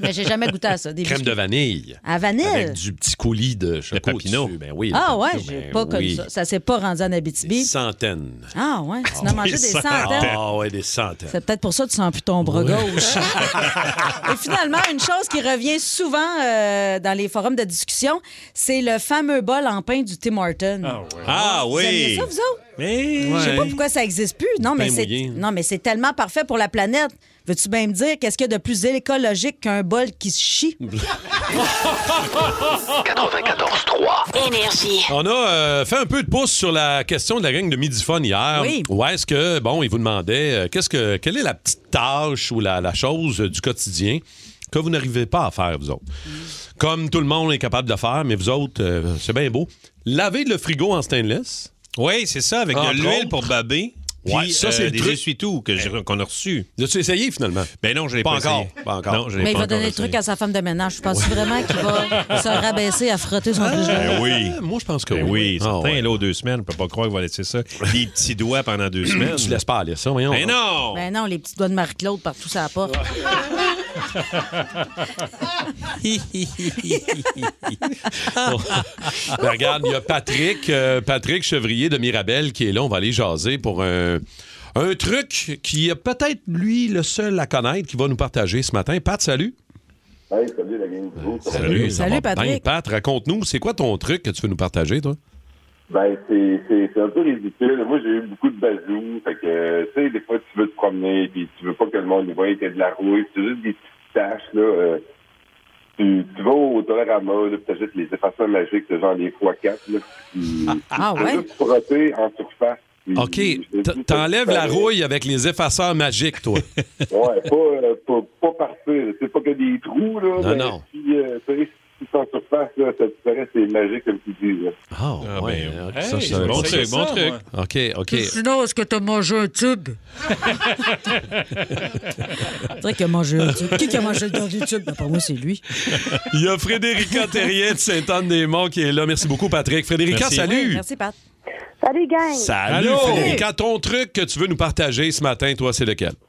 mais j'ai jamais goûté à ça. Des Crème de biscuits vanille. à vanille. Avec du petit coulis de chocolat. papineau. dessus. Ben oui, le Ah ouais, papineau, j'ai ben pas connu oui. ça. Ça s'est pas rendu en Des Abitibi. centaines. Ah ouais, tu en as mangé des centaines. Ah ouais, des centaines. C'est peut-être pour ça que tu sens plus ton bras [laughs] gauche. Et finalement, une chose qui revient souvent euh, dans les forums de discussion, c'est le fameux bol en pain du Tim Horton. Ah Vous aimiez oui. ça, vous autres? Mais Je sais pas pourquoi ça existe plus. Non, mais pain c'est mouillé. non, mais c'est tellement parfait pour la planète. Veux-tu bien me dire qu'est-ce qu'il y a de plus écologique qu'un bol qui se chie? 94-3. [laughs] Énergie. On a euh, fait un peu de pouce sur la question de la gang de Midifone hier. Oui. Où est-ce que, bon, ils vous demandaient euh, qu'est-ce que, quelle est la petite tâche ou la, la chose euh, du quotidien que vous n'arrivez pas à faire, vous autres. Comme tout le monde est capable de le faire, mais vous autres, euh, c'est bien beau. Lavez le frigo en stainless. Oui, c'est ça, avec Entre de l'huile autres. pour babé. Ah, Ouais, Puis, euh, ça, c'est le des truc. essuie-tout que j'ai- qu'on a reçu. As-tu essayé finalement? Ben non, je l'ai Pas pas, encore, essayé. pas encore. Non, je l'ai Mais il pas va encore donner le truc essayé. à sa femme de ménage. Je pense vraiment qu'il va se rabaisser à frotter son bouche Ben oui. Euh, Moi, je pense que Ben oui, oui. Ah, certain, ouais. là, aux deux semaines, je peux pas croire qu'il va laisser [laughs] ça. Des petits doigts pendant [clears throat] deux semaines. Tu laisses pas aller ça, voyons. Ben non! Ben non, les petits doigts de Marie-Claude partout ça porte. [laughs] [laughs] Ben, regarde, il y a Patrick, euh, Patrick Chevrier de Mirabel qui est là. On va aller jaser pour un, un truc qui est peut-être lui le seul à connaître qui va nous partager ce matin. Pat, salut. salut, ça Salut, va Patrick. bien, Pat, raconte-nous, c'est quoi ton truc que tu veux nous partager, toi? Ben, c'est, c'est, c'est un peu ridicule. Moi, j'ai eu beaucoup de bazou. Fait que, tu sais, des fois, tu veux te promener, puis tu veux pas que le monde y voie, qu'il y a de la rouille. C'est juste des petites taches, là. euh, tu, tu vas au Dollarama, là, puis t'achètes les effaceurs magiques, de genre les x4, là. [laughs] puis Ah tu ouais? veux juste frotter en surface. puis- OK, je te t- dis, t'enlèves la ben, rouille avec les effaceurs magiques, toi. Ouais, pas, euh, pas, pas parfait. C'est pas que des trous, là. Non, mais non. Puis, euh, tu sais, si c'est en surface, là, ça disparaît, c'est magique, comme tu dis, là. [laughs] Ah, Ah, ouais. ben, ok, ça, Hey, ça- bon j'essaye truc, bon ça, truc. moi. OK, OK. Sinon, est-ce que t'as mangé un [laughs] tube? C'est vrai qu'il a mangé un tube. Qui qui a mangé le dernier tube? Ben, pour moi, c'est lui. [laughs] Il y a Frédérica Terrien de Sainte-Anne-des-Monts qui est là. Merci beaucoup, Patrick. Frédérica, Merci. salut! Merci, Pat. Salut, gang! Salut, Allô? Frédérica. Ton truc que tu veux nous partager ce matin, toi, c'est lequel? [laughs]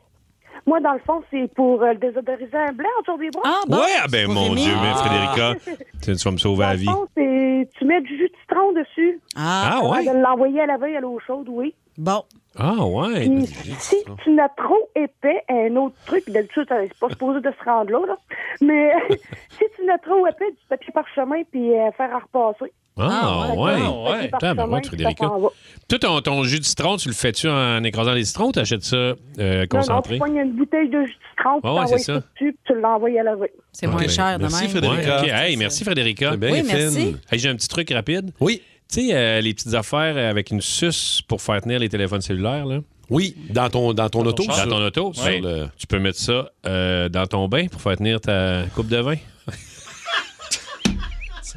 Moi, dans le fond, c'est pour euh, le désodoriser un blanc autour des bras. Ah, bon. ouais, ah ben Pour mon Rémi. Dieu, mais Frédérica, [laughs] tu tu vas me sauver la vie. c'est tu mets du jus de citron dessus. Ah, Ah ouais? de l'envoyer à la veille à l'eau chaude, oui. bon. Ah ouais. Puis, si tu l'as trop épais, un autre truc, d'habitude, c'est pas supposé de se rendre là, là. mais [laughs] si tu l'as trop épais, du papier parchemin, puis euh, faire à repasser. Ah Ah ouais. Ah ouais. Attends, ben ouais, puis Frédérica. ça s'en va. Toi, ton, ton jus de citron, tu le fais-tu en écrasant les citrons ou t'achètes ça euh, Non, non, tu concentré? pognes une bouteille de jus de citron, puis Ouais, ouais, t'envoies c'est ça ça. dessus, puis tu l'envoies à la veille. C'est moins ben, cher de merci, même. Frédéric. Ouais, ok. Hey, merci Frédérica. C'est bien Oui, fine. merci. Hey, J'ai un petit truc rapide. Oui, Tu sais, euh, les petites affaires avec une suce pour faire tenir les téléphones cellulaires, là, oui, dans ton, dans ton auto. char. dans sur- ton auto, sur ben, le- tu peux mettre ça euh, dans ton bain pour faire tenir ta coupe [laughs] de vin.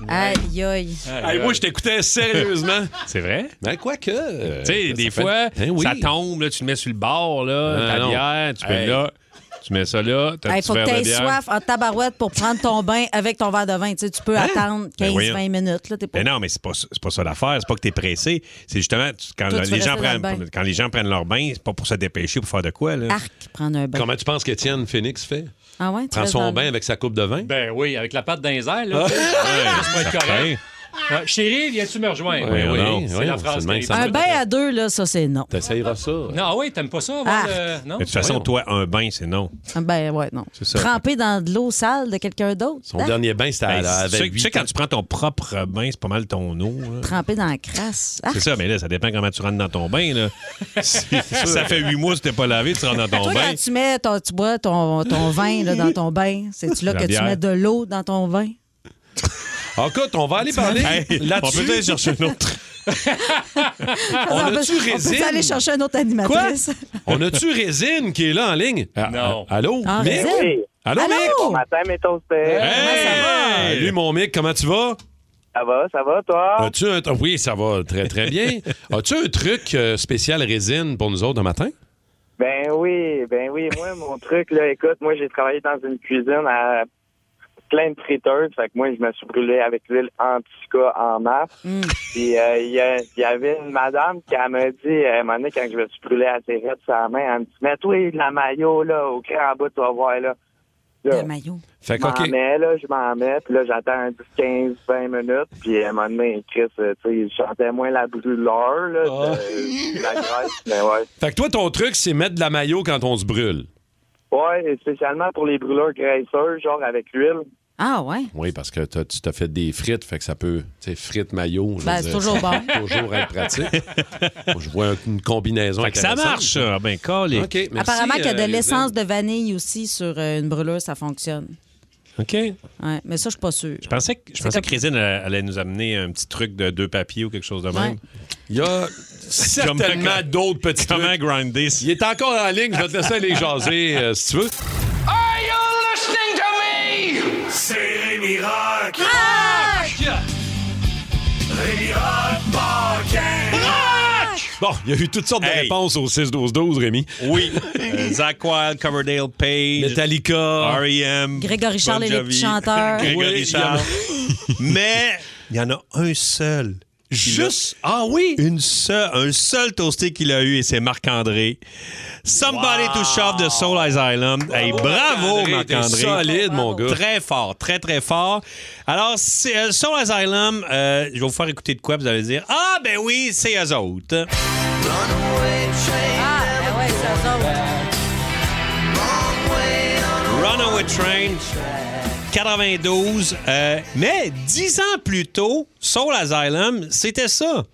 Aïe, aïe. Hey, moi, je t'écoutais sérieusement. [laughs] C'est vrai? Mais quoi que. euh, tu sais, ça des fait- fois, Ben oui. ça tombe, là, tu le mets sur le bord, là, Ah, ta non. bière, tu mets Hey. là, tu mets ça là, t'as un Hey, petit faut que verre de t'aies bière. soif en tabarouette pour prendre ton bain avec ton verre de vin. Tu, sais, tu peux attendre Ben voyons. 15-20 minutes. Là, t'es pas... Mais Ben non, mais c'est pas, c'est pas ça l'affaire. C'est pas que t'es pressé. C'est justement tu- quand, Toi, tu veux les gens rester dans le prennent, bain. quand les gens prennent leur bain, c'est pas pour se dépêcher pour faire de quoi. Là. Arc, Ben. prendre un bain. Comment tu penses qu'Étienne Phoenix fait? Ah ouais, tu Prend restes dans son le- bain avec sa coupe de vin? Ah. Ben oui, avec la patte dans les airs, là. Ouais, Ça va être certain. correct. Ouais, Chérie, viens-tu me rejoindre? Ouais, oui, c'est oui, la c'est phrase le même qui- que ça Un marche. bain à deux, là, ça, c'est non. T'essayeras ça. Non, ah oui, t'aimes pas ça? Ah. voir le- non? Mais de toute façon, toi, Voyons. un bain, c'est non. Un bain, Ben, ouais, non. C'est ça. Tremper dans de l'eau sale de quelqu'un d'autre. Son Ah, dernier bain, c'était à- Ben, à- tu sais- avec tu sais, huit quand ans. tu prends ton propre bain, c'est pas mal ton eau. là. Tremper dans la crasse. Ah, C'est ça, mais là, ça dépend comment tu rentres dans ton bain. [laughs] Là. si si ça fait huit mois que tu t'es pas lavé, tu rentres dans ton Toi, bain. quand tu, mets ton, tu bois ton, [laughs] ton vin là, dans ton bain, c'est-tu là La que bière. tu mets de l'eau dans ton vin? En Ah, Écoute, on va aller parler Hey, on peut [laughs] là-dessus. peut-être chercher un autre. On Ah, a-tu peut- résine? peut aller chercher une autre animatrice? [laughs] On a-tu Résine qui est là en ligne? Ah, Non. ah, Allô? Ah, Mick? Résine? Oui. Allô, Allô? Mick? Bon matin, mes toastés. Hey! Salut, mon Mick, comment tu vas? Ça va, ça va, toi? As-tu un tr- Oui, ça va très, très bien. As-tu un truc euh, spécial résine pour nous autres le matin? Ben oui, ben oui. Moi, mon truc, là, écoute, moi, j'ai travaillé dans une cuisine à plein de friteuses. Fait que moi, je me suis brûlé avec l'huile Antica en mars. Mm. Puis, euh, il y, a- il y avait une madame qui elle m'a dit, euh, à un moment donné, quand je me suis brûlé à serrette sur la main, elle me dit, mais toi, de la maillot, là, au cran en bas, tu vas voir, là. Le Là, maillot. Fait je que, m'en OK. mets, là, je m'en mets, puis là, j'attends 10, 15, 20 minutes, puis à un moment donné, Chris, euh, tu sais, je sentais moins la brûleur, là, de- de la graisse, mais ouais. Fait que toi, ton truc, c'est mettre de la maillot quand on se brûle. Ouais, et spécialement pour les brûleurs graisseurs, genre avec l'huile. Ah ouais. Oui, parce que t'as- tu t'as fait des frites, fait que ça peut. Tu sais, frites, maillot. je Ben, veux c'est dire, toujours ça bon. peut [laughs] Toujours être pratique. Moi, je vois un- une combinaison. Fait que ça intéressante. marche, ça. Ah Ben, collé. OK. merci, Apparemment qu'il y a euh, de l'essence Résine. de vanille aussi sur euh, une brûlure, ça fonctionne. OK. Ouais, mais ça, je suis pas sûre. Je pensais que, je pensais que Résine allait allait nous amener un petit truc de deux papiers ou quelque chose de même. Ouais. Il y a certainement d'autres petits Comment trucs. grinder ça? euh, Il est encore en ligne, je vais te laisser aller jaser euh, si tu veux. Are you listening to me? Ici, c'est Rémi Rock. Rock! Rémi Rock Paquin. Bon, il y a eu toutes sortes de réponses au 6-12-12, Rémi. [laughs] Oui. Euh, Zach Wilde, Coverdale Page. Metallica. R.E.M. Grégory Charles, Bon les Jovi. petits chanteurs. Grégory Oui, Charles. Mais il y en a un seul. Juste. Ah oui. Une seule, un seul toasté qu'il a eu, et c'est Marc-André. Somebody to shove de Soul Island. Hey, bravo, Marc-André, t'es Marc-André. solide, mon gars. Très fort, très, très fort. Alors, c'est, euh, Soul Asylum, euh, je vais vous faire écouter de quoi, vous allez dire Ah, ben oui, c'est eux autres. Ah, ben ouais, c'est eux autres. Runaway Train, 92. euh, mais dix ans plus tôt, Soul Asylum, c'était ça.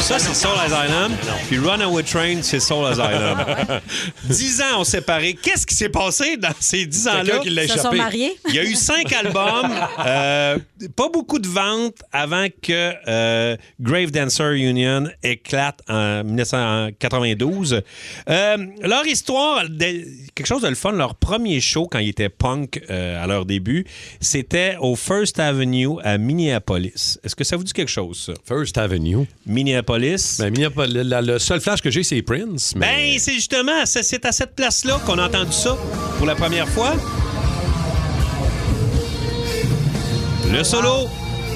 Ça, c'est Soul Asylum. Puis Runaway Train, c'est Soul [laughs] Asylum. Dix ans ont séparé. Qu'est-ce qui s'est passé dans ces dix ans-là? Quelqu'un qui l'a Ils se sont échappé. mariés. Il y a eu [laughs] cinq albums, euh, pas beaucoup de ventes avant que euh, Grave Dancer Union éclate en 1992. Euh, leur histoire, de- quelque chose de le fun, leur premier show quand ils étaient punk euh, à leur début, c'était au First Avenue à Minneapolis. Est-ce que ça vous dit quelque chose, ça? First Avenue. Minneapolis? Ben, il n'y a pas- le, la- le seul flash que j'ai, c'est Prince. Mais... Ben, c'est justement, c'est- c'est à cette place-là qu'on a entendu ça pour la première fois. Le solo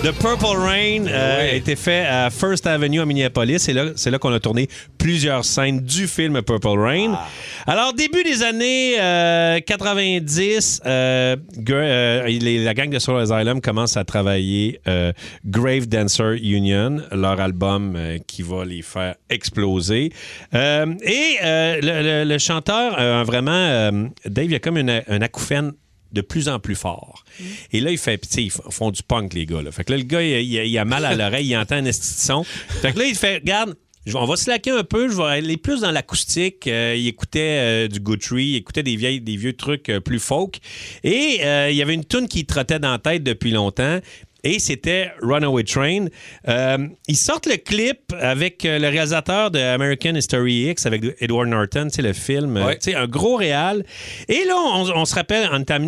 de Purple Rain euh, a été fait à First Avenue à Minneapolis. Et là, c'est là qu'on a tourné plusieurs scènes du film Purple Rain. Alors, début des années euh, 90, euh, Gra- euh, les- la gang de Soul Asylum commence à travailler euh, Grave Dancer Union, leur album euh, qui va les faire exploser. Euh, et euh, le, le- le chanteur, euh, vraiment, euh, Dave, il y a comme une, un acouphène de plus en plus fort. Et là, il fait, tu sais, ils f- font du punk, les gars. Là. Fait que là, le gars, il, a- il a- il a mal à l'oreille, il entend un esti de son. Fait que là, il fait, regarde, je vais- on va se laquer un peu, je vais aller plus dans l'acoustique. Euh, il écoutait euh, du Guthrie, il écoutait des, vieilles, des vieux trucs euh, plus folk. Et euh, il y avait une tune qui trottait dans la tête depuis longtemps. Et c'était Runaway Train. Euh, ils sortent le clip avec euh, le réalisateur de American History X, avec Edward Norton, c'est le film. euh, Ouais. tu sais, un gros réal. Et là, on, on se rappelle, on était en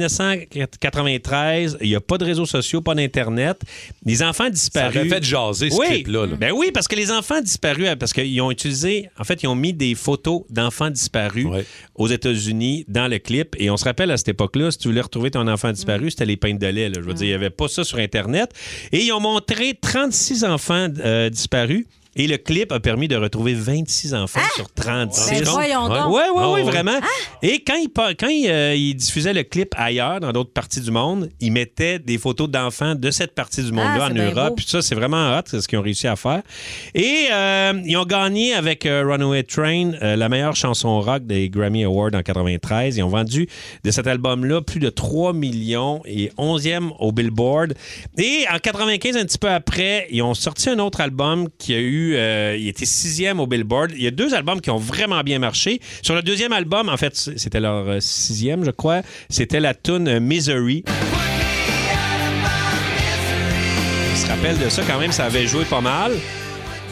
1993, il n'y a pas de réseaux sociaux, pas d'Internet. Les enfants Ça disparus. aurait fait jaser, ce oui. clip-là. là. Ben oui, parce que les enfants disparus, euh, parce qu'ils ont utilisé, en fait, ils ont mis des photos d'enfants disparus Ouais. aux États-Unis dans le clip. Et on se rappelle à cette époque-là, si tu voulais retrouver ton enfant disparu, c'était les peintes de lait. là. Je veux dire, il n'y avait pas ça sur Internet. Et ils ont montré 36 enfants euh, disparus. Et le clip a permis de retrouver 26 enfants sur 36. Ah! Ben voyons Ouais. donc. Oui, oui, Ah, oui, ouais. vraiment. Et quand ils quand il, euh, il diffusaient le clip ailleurs, dans d'autres parties du monde, ils mettaient des photos d'enfants de cette partie du monde-là Ah, en c'est bien Europe. beau. Puis ça, c'est vraiment hot, c'est ce qu'ils ont réussi à faire. Et euh, ils ont gagné avec euh, Runaway Train euh, la meilleure chanson rock des Grammy Awards en 93. Ils ont vendu de cet album-là plus de 3 millions et 11e au Billboard. Et en 95, un petit peu après, ils ont sorti un autre album qui a eu, euh, il était sixième au Billboard. Il y a deux albums qui ont vraiment bien marché. Sur le deuxième album, en fait, c'était leur euh, sixième, je crois. C'était la tune euh, Misery. On se rappelle de ça quand même, ça avait joué pas mal.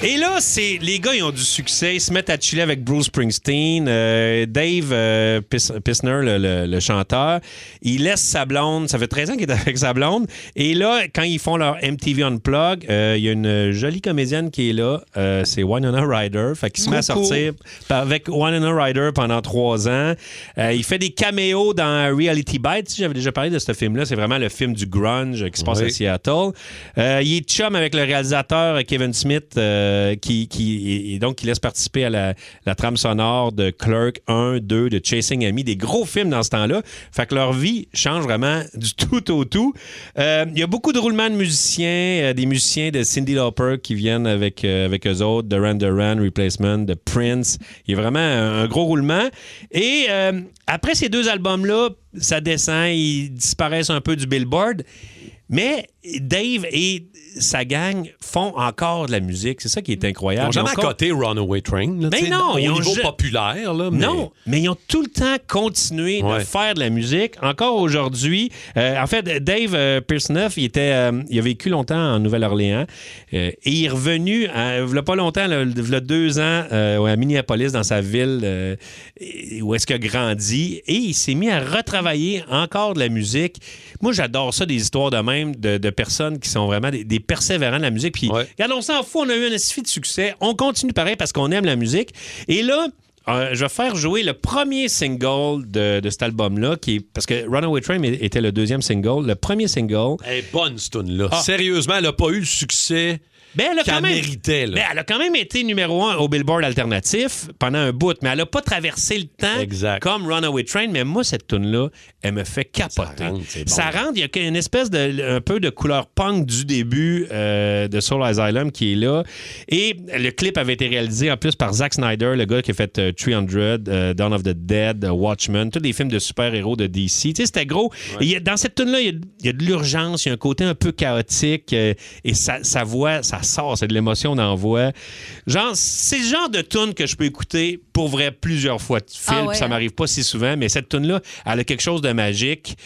Et là, c'est les gars, ils ont du succès. Ils se mettent à chiller avec Bruce Springsteen. Euh, Dave euh, Pis- Pisner, le, le- le chanteur, il laisse sa blonde. Ça fait 13 ans qu'il est [laughs] avec sa blonde. Et là, quand ils font leur MTV Unplug, euh, il y a une jolie comédienne qui est là. Euh, c'est Winona Ryder. Fait qu'il se met à sortir par- avec Winona Ryder pendant trois ans. Euh, il fait des caméos dans Reality Bites. J'avais déjà parlé de ce film-là. C'est vraiment le film du grunge qui se passe à Oui. Seattle. Euh, il est chum avec le réalisateur euh, Kevin Smith, euh, qui, qui- et donc qui laisse participer à la, la trame sonore de Clerk 1, 2, de Chasing Amy, des gros films dans ce temps-là. Fait que leur vie change vraiment [laughs] du tout au tout. Euh, il y a beaucoup de roulements de musiciens, euh, des musiciens de Cindy Lauper qui viennent avec, euh, avec eux autres, de Duran Duran, Replacement, de Prince. Il y a vraiment un, un gros roulement. Et euh, après ces deux albums-là, ça descend, ils disparaissent un peu du Billboard. Mais Dave et sa gang font encore de la musique. C'est ça qui est incroyable. Ils ont jamais Ils ont con- accoté Runaway Train. là, tu mais sais, non, au ils ont niveau ju- populaire. là, mais- Non, mais ils ont tout le temps continué de Ouais. faire de la musique. Encore aujourd'hui, euh, en fait, Dave euh, Pearsonoff, il était, euh, il a vécu longtemps en Nouvelle-Orléans euh, et il est revenu, à- il y a pas longtemps, là, il y a deux ans, euh, à Minneapolis, dans sa ville euh, et- où est-ce qu'il a grandi, et il s'est mis à retravailler encore de la musique. Moi, j'adore ça, des histoires de même, de, de personnes qui sont vraiment des, des persévérants de la musique. Puis, regarde, on s'en fout, on a eu un suffit de succès, on continue pareil parce qu'on aime la musique. Et là, euh, je vais faire jouer le premier single de, de cet album-là, qui est- parce que Runaway Train é- était le deuxième single. Le premier single. Elle est bonne, cette tune-là. Ah. Sérieusement, elle n'a pas eu le succès Ben, elle a qu'elle quand même- méritait. là. Ben, elle a quand même été numéro un au Billboard alternatif pendant un bout, mais elle n'a pas traversé le temps comme Runaway Train. Mais moi, cette tune-là, elle me fait capoter. Ça rentre, il y a une espèce de un peu de couleur punk du début euh, de Soul Asylum qui est là. Et le clip avait été réalisé en plus par Zack Snyder, le gars qui a fait euh, 300, euh, Dawn of the Dead, euh, Watchmen, tous des films de super-héros de DC. Tu sais, c'était gros. Et il y a- dans cette tune-là, il y a- il y, a de l'urgence, il y a un côté un peu chaotique euh, et sa, sa voix, ça sort, c'est de l'émotion dans la voix. Genre, c'est le genre de tune que je peux écouter pour vrai plusieurs fois de fil, Ah ouais, puis ça hein? m'arrive pas si souvent, mais cette tune là elle a quelque chose de magique.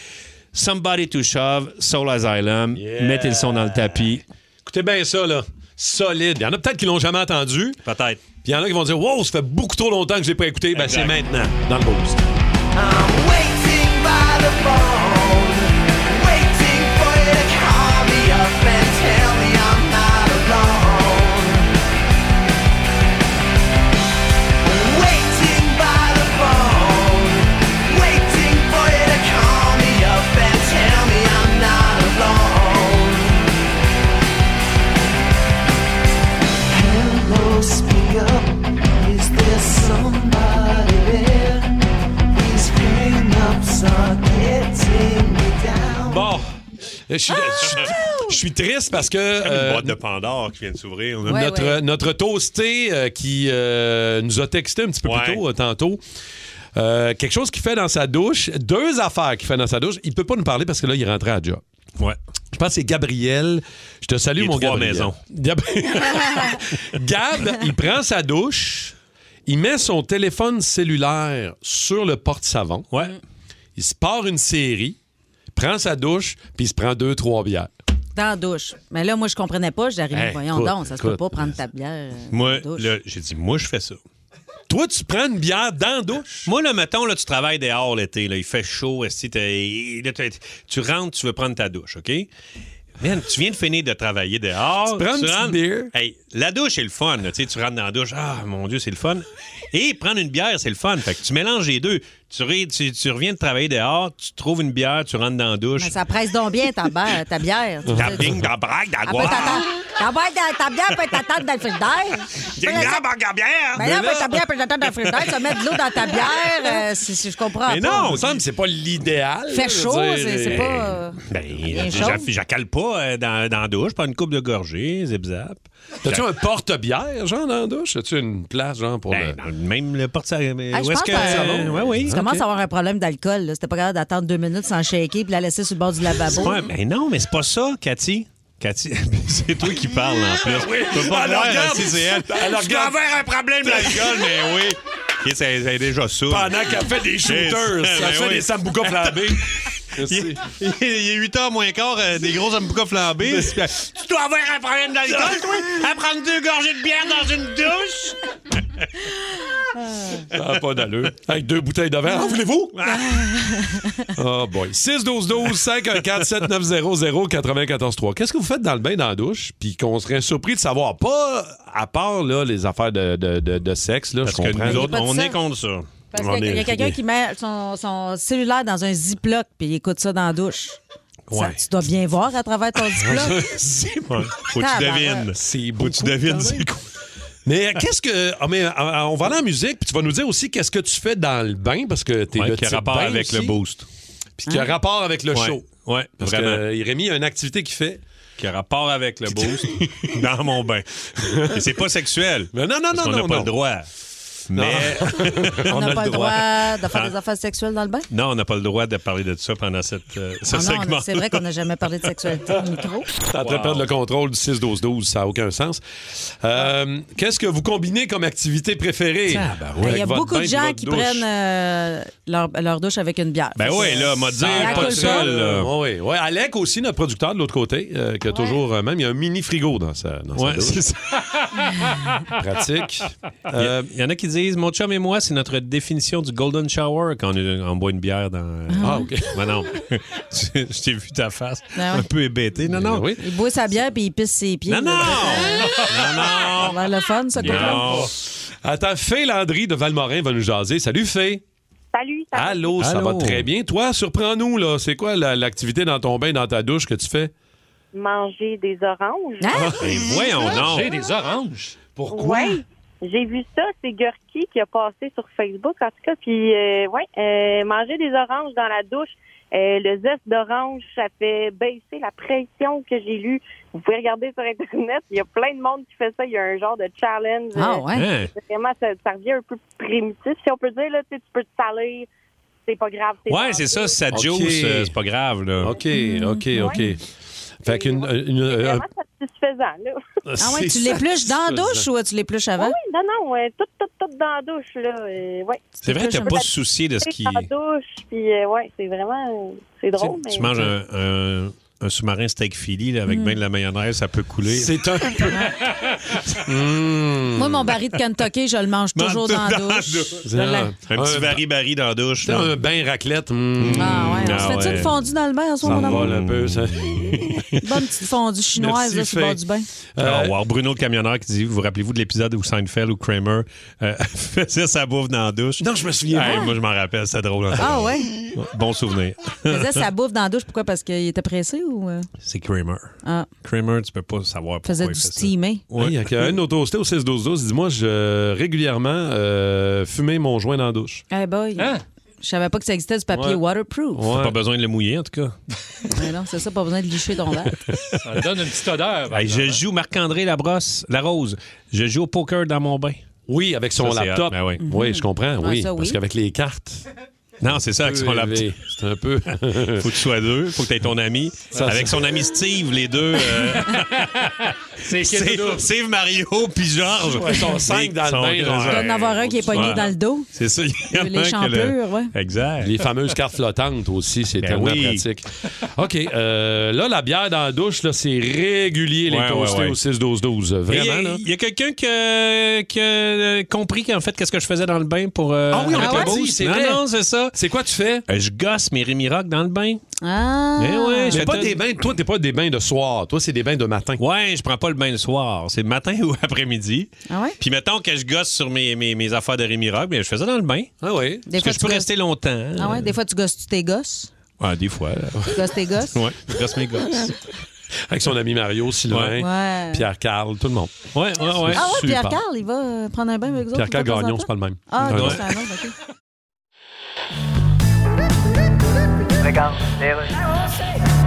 Somebody to Shove, Soul Asylum, mettez le son dans le tapis. Écoutez bien ça, là. Solide. Il y en a peut-être qui l'ont jamais entendu. Peut-être. Puis il y en a qui vont dire Wow, ça fait beaucoup trop longtemps que je l'ai pas écouté. Ben, Exact. c'est maintenant, dans le boost. Somebody there, these hang-ups are getting me down. [laughs] Bon. Je suis, je suis- je suis triste parce que. euh, Ah! boîte de Pandore qui vient de s'ouvrir. là. notre, notre toasté euh, qui euh, nous a texté un petit peu plus tôt, euh, tantôt. Euh, quelque chose qu'il fait dans sa douche, deux affaires qu'il fait dans sa douche. Il peut pas nous parler parce que là, il est rentré à job. Ouais. Je pense que c'est Gabriel. Je te salue, Les mon trois Gabriel. maisons. Gab... [laughs] Gab, il prend sa douche, il met son téléphone cellulaire sur le porte-savon. Ouais. Il se part une série, prend sa douche, puis il se prend deux, trois bières. Dans la douche. Mais là, moi, je comprenais pas. J'arrivais, Hey, voyons écoute, donc, ça se peut écoute. pas prendre ta bière. euh, Moi, dans la douche. là, j'ai dit, moi, je fais ça. Toi, tu prends une bière dans la douche? Moi, là, mettons, là, tu travailles dehors l'été, là, il fait chaud, esti, t'es- là, t'es- tu rentres, tu veux prendre ta douche, OK? Man, tu viens de finir de travailler dehors. Tu prends une petite rentres- bière. Hey, la douche, c'est le fun. là, tu sais, tu rentres dans la douche, ah, mon Dieu, c'est le fun. Et prendre une bière, c'est le fun. Fait que tu mélanges les deux. Tu, ré- tu- tu reviens de travailler dehors, tu trouves une bière, tu rentres dans la douche. Mais ça presse donc bien ta, bière- ta bière. Tu Ta sais, bing, ta braque, ta Elle peut guac. t'attendre. Ta bière, ta bière peut être attendre dans le frigidaire. J'ai une grande barre à bière. Mais là, ben, ta bière peut être attendre dans le frigidaire. Tu vas mettre de l'eau dans ta bière, euh, si, si je comprends Mais pas. non, il me semble que c'est pas l'idéal. Fait là, je veux chaud, dire, c'est- c'est pas, euh, Ben, Bien je- chaud. je- j'accale pas euh, dans, dans la douche, prends une coupe de gorgée, zip-zap. T'as-tu un porte-bière, genre, dans la douche? As-tu une place, genre, pour le... Même Ben, le porte-savon. Ah, je où est-ce pense que... que, savon? Ouais, oui. Tu commences à avoir un problème d'alcool. là. C'était pas capable d'attendre deux minutes sans shaker puis la laisser sur le bord du Ah C'est lavabo. pas un- Ben non, mais c'est pas ça, Cathy. Cathy, [laughs] c'est toi qui parles en plus. Ah Oui. Tu peux pas Alors, voir, regarde. si c'est elle. Alors, je dois regarde. avoir un [laughs] problème d'alcool, mais oui. Ok, c'est c'est déjà ça. Pendant qu'elle fait des shooters, ça fait des samboucas flambés. ben [laughs] Il, il- il est 8 h moins quart, euh, des gros samboucas [laughs] flambés. tu dois avoir un problème d'alcool, toi, à prendre deux gorgées de bière dans une douche. Ça a pas d'allure. Avec deux bouteilles de Ah, verre. En Ah, voulez-vous? Oh boy. 6-12-12-514-7900-943. Qu'est-ce que vous faites dans le bain, dans la douche? Puis qu'on serait surpris de savoir. Pas à part là, les affaires de, de- de- de sexe. Là, Parce je que comprends. nous autres, Pas de on ça. est contre ça. Parce On qu'il y a est- quelqu'un qui met son, son cellulaire dans un ziploc puis il écoute ça dans la douche. Ça, Ouais. tu dois bien voir à travers ton ziploc. [laughs] Ouais. Faut que tu Tabarouette. devines. C'est Faut que tu devines c'est quoi. Mais euh, qu'est-ce que. ah, mais, euh, euh, on va aller en musique, puis tu vas nous dire aussi qu'est-ce que tu fais dans le bain, parce que t'es Ouais, le qui a type rapport bain avec aussi, le boost. Puis Hein? qui a rapport avec le Ouais. show. Ouais, Parce que vraiment. euh, Rémi a une activité qu'il fait. qui a rapport avec [laughs] le boost dans mon bain. Mais c'est pas sexuel. Mais non, non, parce qu'on non, n'a non, pas non. le droit. Mais [laughs] [laughs] On n'a pas le droit de faire des affaires sexuelles dans le bain? Non, on n'a pas le droit de parler de ça pendant cette, euh, ce Ah non, on a- segment. c'est vrai qu'on n'a jamais parlé de sexualité au micro. [laughs] T'es en train de perdre le contrôle du 6-12-12, ça n'a aucun sens. Euh, Qu'est-ce que vous combinez comme activité préférée? Ben, Il y a beaucoup de gens qui prennent euh, leur, leur douche avec une bière. Ben Fait oui, que, là, m'a dit, c'est la pas culpa. de seul. là. Ouais, ouais, ouais. Alec aussi, notre producteur de l'autre côté, euh, qui a toujours, euh, même, il y a un mini frigo dans sa, dans sa Ouais, douche. c'est ça. [laughs] Pratique. Euh, Il y, en a qui disent Mon chum et moi, c'est notre définition du golden shower quand on, on boit une bière dans. Ah, [laughs] OK. Ben non. Je je t'ai vu ta face Ah ouais. un peu hébétée. Ben Non, non. Il boit sa bière puis il pisse ses pieds. Non, non! non, non! le fun, ça, quand même. Non. Attends, Fée Landry de Valmorin va nous jaser. Salut, Fée. Salut. Ah. ça va? Allô, ça va très bien. Toi, surprends-nous, là. C'est quoi la- l'activité dans ton bain, dans ta douche que tu fais? Manger des oranges. Ah, Hein? Ben, voyons donc. J'ai des oranges. Pourquoi? Ouais. J'ai vu ça, c'est Gurki qui a passé sur Facebook, en tout cas. Puis, euh, ouais, euh, manger des oranges dans la douche, euh, le zeste d'orange, ça fait baisser la pression que j'ai lu. Vous pouvez regarder sur Internet, il y a plein de monde qui fait ça. Il y a un genre de challenge. Ah, Euh, ouais? c'est Vraiment, ça, ça revient un peu primitif. Si on peut dire, là, tu sais, tu peux te saler, c'est pas grave. c'est Ouais, c'est ça, si ça Ok. juice, euh, c'est pas grave, là. OK, OK, OK. Fait qu'une. une- euh, un- vraiment satisfaisant, [laughs] là. Ah ouais, tu l'épluches dans la douche ou tu l'épluches Ah avant? oui, non, non, euh, tout, tout, tout dans la douche, là. euh, ouais. C'est vrai, t'as Je pas me soucié de ce qui- Dans la douche, puis euh, ouais, c'est vraiment... euh, C'est drôle, mais... ben, Tu manges un, un- un sous-marin steak fili là, avec Mm. bien de la mayonnaise, ça peut couler. C'est [laughs] un peu. Hmm. Moi, mon baril de Kentucky, je le mange toujours dans la douche. Je Un l'aime. petit bari-bari dans la douche. Dans un bain raclette. Hmm. Ah Hmm. ouais, on se fait-tu une fondue dans le bain en ce Ça moment? me mon vole amour? un [laughs] peu, ça. [laughs] Bonne petite fondue chinoise, Merci, là, sur le bord Faye. du bain. Euh, Alors, wow, Bruno le camionneur qui dit Vous vous rappelez-vous de l'épisode où Seinfeld ou Kramer euh, [laughs] faisait sa bouffe dans la douche Non, je me souviens pas. Moi, je m'en rappelle, c'était drôle. hein. Ah ouais? [laughs] Bon souvenir. Il [laughs] faisait sa bouffe dans la douche, pourquoi? Parce qu'il était pressé ou... euh? C'est Kramer. Ah. Kramer, tu peux pas savoir pourquoi. Faisait il du fait ça. steaming. Ouais. Il y a un autre hosté au 16-12-12. Dis-moi, je régulièrement euh, fumais mon joint dans la douche. Eh boy. Je savais pas que ça existait du papier Hein? Ouais. waterproof. Ouais. Pas besoin de le mouiller, en tout cas. Mais non, c'est ça, pas besoin de licher ton [laughs] verre. [laughs] Ça donne une petite odeur. Hey, je hein. joue Marc-André Labrosse, la rose. Je joue au poker dans mon bain. Oui, avec son Ça, c'est laptop. hot, ben oui. je comprends. Ouais, oui, ça, oui. parce qu'avec les cartes. Non, c'est ça, avec son laptop. C'est un peu. [laughs] Faut que tu sois deux, faut que tu aies ton ami. Ça, avec ça. son ami Steve, les deux. euh, [laughs] [laughs] C'est Steve, Steve Mario puis Georges. Ouais, ils sont cinq dans le Sont- bain, là. ils Il sont- doit en avoir un qui est pogné Ouais. dans le dos. C'est ça, il y en a Les un que chanteurs, ouais. Exact. Ben Les fameuses cartes flottantes aussi, c'est tellement oui. pratique. OK, euh, là, la bière dans la douche, là, c'est régulier, les Ouais, toastés ouais, ouais. au 6-12-12. Et Vraiment, il y a- là. Il y a quelqu'un qui a qui a compris qu'en fait, qu'est-ce que je faisais dans le bain pour. euh, Ah oui, on avec l'a le pas dit, boost. c'est Non, vrai. non, c'est ça. Euh, C'est quoi tu fais? je gosse mes Rémi Rock dans le bain. Ah! Eh ouais, je Mais fais pas tout. des bains, toi, t'es pas des bains de soir. Toi, c'est des bains de matin. Ouais, je prends pas le bain le soir. C'est le matin [laughs] ou après-midi. Ah ouais? Puis mettons que je gosse sur mes, mes, mes affaires de Rémi Rock, bien, je fais ça dans le bain. Ah oui. Parce que je Des fois, tu peux gosses- rester longtemps. hein. Ah ouais, des fois, tu gosses-tu tes gosses? Ah, des fois. Tu gosses tes gosses? ouais, je gosse mes gosses. Ah, Avec son ami Mario, Sylvain, Ouais. Ouais. Pierre-Carl, tout le monde. Ouais, ouais, ouais. Ah ouais, Super. Pierre-Carl, il va euh, prendre un bain avec vous autres. Pierre-Carl une fois de temps Gagnon, en c'est pas le même. Ah, Ouais. ok, c'est un autre, ok.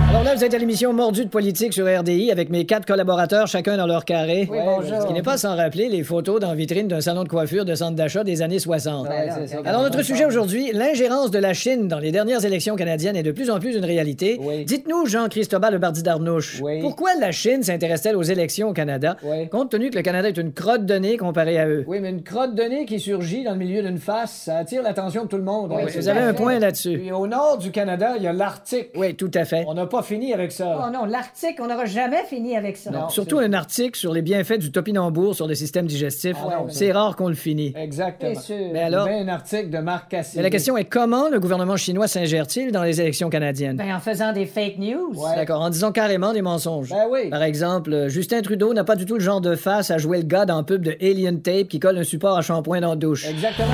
Alors là, vous êtes à l'émission Mordu de politique sur RDI avec mes quatre collaborateurs, chacun dans leur carré. Oui, bonjour. Ce qui n'est pas sans rappeler les photos dans vitrine d'un salon de coiffure de centre d'achat des années 60. Ouais, Ben c'est ça. Alors, notre sujet aujourd'hui, l'ingérence de la Chine dans les dernières élections canadiennes est de plus en plus une réalité. Dites-nous, Jean-Christobal Bardi d'Arnouche, pourquoi la Chine s'intéresse-t-elle aux élections au Canada, compte tenu que le Canada est une crotte de nez comparée à eux? Oui, mais une crotte de nez qui surgit dans le milieu d'une face, ça attire l'attention de tout le monde. hein, Oui, vous avez un point là-dessus. Puis au nord du Canada, il y a l'Arctique. Oui, tout à fait. Ah, On n'a pas fini avec ça. Oh non, l'Arctique, on n'aura jamais fini avec ça. Non, surtout un article sur les bienfaits du topinambour sur le système digestif. Ah ouais, c'est ouais. rare qu'on le finit. Exactement. Ben, Bien sûr. Mais alors- un article de Marc Cassidy. Mais la question est comment le gouvernement chinois s'ingère-t-il dans les élections canadiennes? Ben, en faisant des fake news. D'accord, en disant carrément des Ben mensonges. Par exemple, euh, Justin Trudeau n'a pas du tout le genre de face à jouer le gars dans le pub de Alien Tape qui colle un support à shampoing dans la douche. Exactement.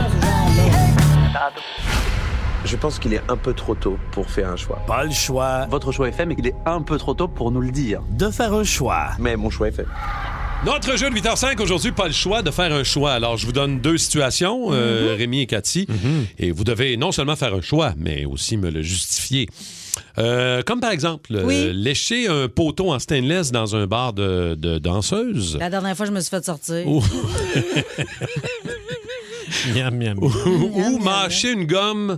Je pense qu'il est un peu trop tôt pour faire un choix. Pas le choix. Votre choix est fait, mais qu'il est un peu trop tôt pour nous le dire. De faire un choix. Mais mon choix est fait. Notre jeu de 8h05 aujourd'hui, pas le choix de faire un choix. Alors, je vous donne deux situations, Mhm. euh, Rémi et Cathy, et vous devez non seulement faire un choix, mais aussi me le justifier. Euh, comme par exemple, euh, Oui. lécher un poteau en stainless dans un bar de, de danseuse. [laughs] Oh. La dernière fois, je me suis fait sortir. Ou- Miam, miam. ou ou mâcher une gomme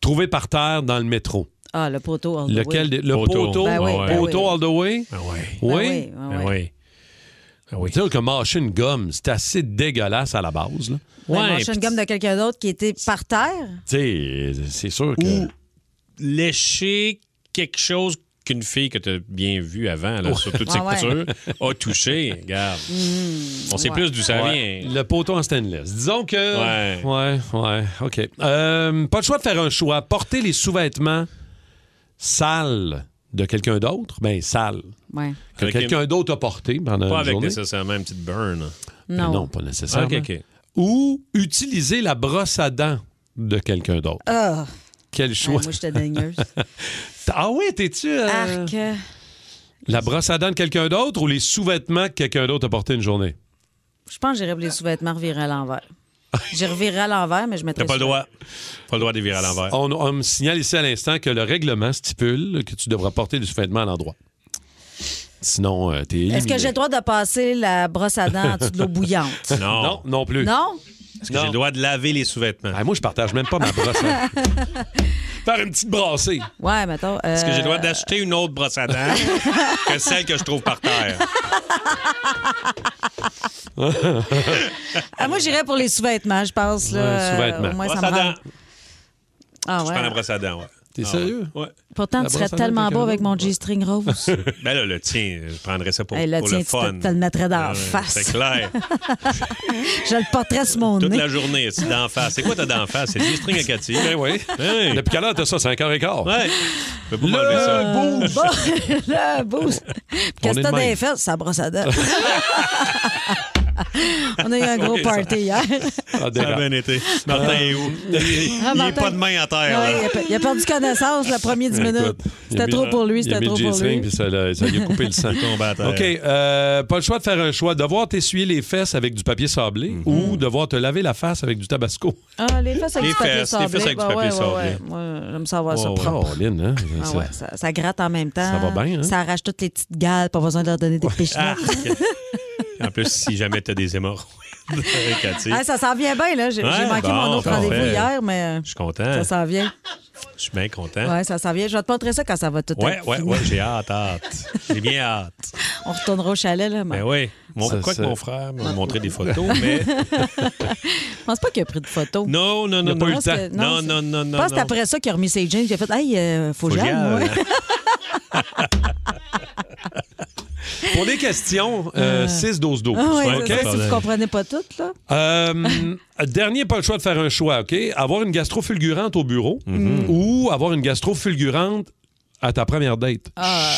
trouvée par terre dans le métro. Ah, le poteau. all the Lequel way. des- Le poteau. Ben oui, ben oui. Poteau all the way? Ah Ben Oui? Ah oui, ben oui. C'est sûr que mâcher une gomme, c'est assez dégueulasse à la base. là. Ben, manger une gomme de quelqu'un d'autre qui était par terre. Tu sais, c'est sûr que. Lécher quelque chose qu'une fille que tu as bien vue avant, là, sur toutes ses Ah ouais. Hmm. coutures, a touché. Regarde. On sait Ouais. plus d'où ça Ouais. vient. Le poteau en stainless. Disons que. Ouais. Ouais, ouais, OK. Euh, pas le choix de faire un choix. Porter les sous-vêtements sales de quelqu'un d'autre, ben sales. Ouais. Que Avec une- quelqu'un d'autre a porté pendant Pas une avec journée. nécessairement une petite burn. hein. Non. non, pas nécessairement. OK, OK. Ou utiliser la brosse à dents de quelqu'un d'autre. Ah, Quel choix. moi, j'étais daigneuse. ah oui, t'es-tu... [laughs] euh, arc. euh, La brosse à dents de quelqu'un d'autre ou les sous-vêtements que quelqu'un d'autre a porté une journée? Je pense que j'irais pour les sous-vêtements revirés à l'envers. J'ai reviré à l'envers, mais je mettrais. T'as pas le sur- droit. Pas le droit de les virer à l'envers. On, on me signale ici à l'instant que le règlement stipule que tu devras porter du sous-vêtement à l'endroit. Sinon, euh, t'es éliminé. Est-ce que j'ai le droit de passer la brosse à dents en dessous de [laughs] l'eau bouillante? Non. Non, non plus. Ah, Non? Est-ce que j'ai le droit de laver les sous-vêtements? moi, je partage même pas ma brosse. [laughs] à- Faire une petite brassée. Ouais, mettons. euh, Est-ce que j'ai le droit d'acheter une autre brosse à dents que celle que je trouve par terre? Ah, moi, j'irais pour les sous-vêtements, je pense. Là, Ouais, sous-vêtements. Euh, au moins, Brosse ça à me rend- dents. Ah, Je prends la ouais. brosse à dents, ouais. T'es Ah, sérieux? Ouais. Pourtant, La tu serais brosse à dents tellement quelqu'un beau avec mon [laughs] G-string rose. Ben là, le tien, je prendrais ça pour, Hey, là, pour tiens, le tu te, fun. te le mettrais dans la Ouais, face. C'est clair. je le porterais sur mon Toute nez. la journée, c'est d'en face. C'est quoi t'as d'en face? C'est du string à Cathy. Ben oui. Depuis quelle heure t'as ça? 5 h et quart. Ouais. Je peux pas m'enlever ça. Ah, Euh, bouge. bon, [laughs] le bouge. Qu'est-ce est que de t'as dans même. les fesses? Ça brosse [laughs] à dents. On a eu un gros Ok, ça- party hier. Ah, Ça a bien été. Martin est où? Il, il Ah, est Martin. pas de main à terre. Ouais, là. il, a, pe- il a perdu connaissance le premier 10 minutes. hein. Écoute, il a C'était mis- trop pour lui, il a c'était mis trop le pour G-string, lui. puis ça, l'a- ça lui a coupé [laughs] le sang. tombé à terre. OK. euh, pas le choix de faire un choix. Devoir t'essuyer les fesses avec du papier sablé Mhm. ou devoir te laver la face avec du tabasco. Ah, les fesses avec Les du papier fesses, les sablé. fesses avec du bah ouais, papier ouais, sablé. ouais. Moi, j'aime ça avoir ça Oh, propre. Lynn, [laughs] hein? Ah Ça- ouais, ça, ça gratte en même temps. Ça va bien, hein? Ça arrache toutes les petites gales, pas besoin de leur donner des Ah, pichenettes. ok. en plus, si jamais t'as des [laughs] hémorroïdes, Cathy. Ah, ça s'en vient bien, là. J'ai j'ai Ouais, manqué bon, mon autre parfait. rendez-vous hier, mais euh, Je suis content. ça s'en vient. Je suis bien content. Ouais, ça s'en vient. Je vais te montrer ça quand ça va tout hein? Ouais, être ouais, fini. ouais, j'ai hâte, hâte. J'ai bien hâte. On retournera au chalet, là. mais Ben oui. Mon, Ça, quoi ça- que mon frère m'a montré des photos, mais. [laughs] Je pense pas qu'il a pris de photos. Non, non, Il a non. pas non. eu le temps. Non, non, non, Je non. pense que non. c'est après ça qu'il a remis ses jeans. Il a fait Hey, euh, faut, que Faut que j'aille, j'aille, moi. Ah hein. Pour les questions, euh, 6-12-12. Ah ouais, OK? c'est ça, si vous comprenez pas tout, là. Euh, [laughs] dernier, pas le choix de faire un choix, OK? Avoir une gastro fulgurante au bureau Mhm. ou avoir une gastro fulgurante à ta première date,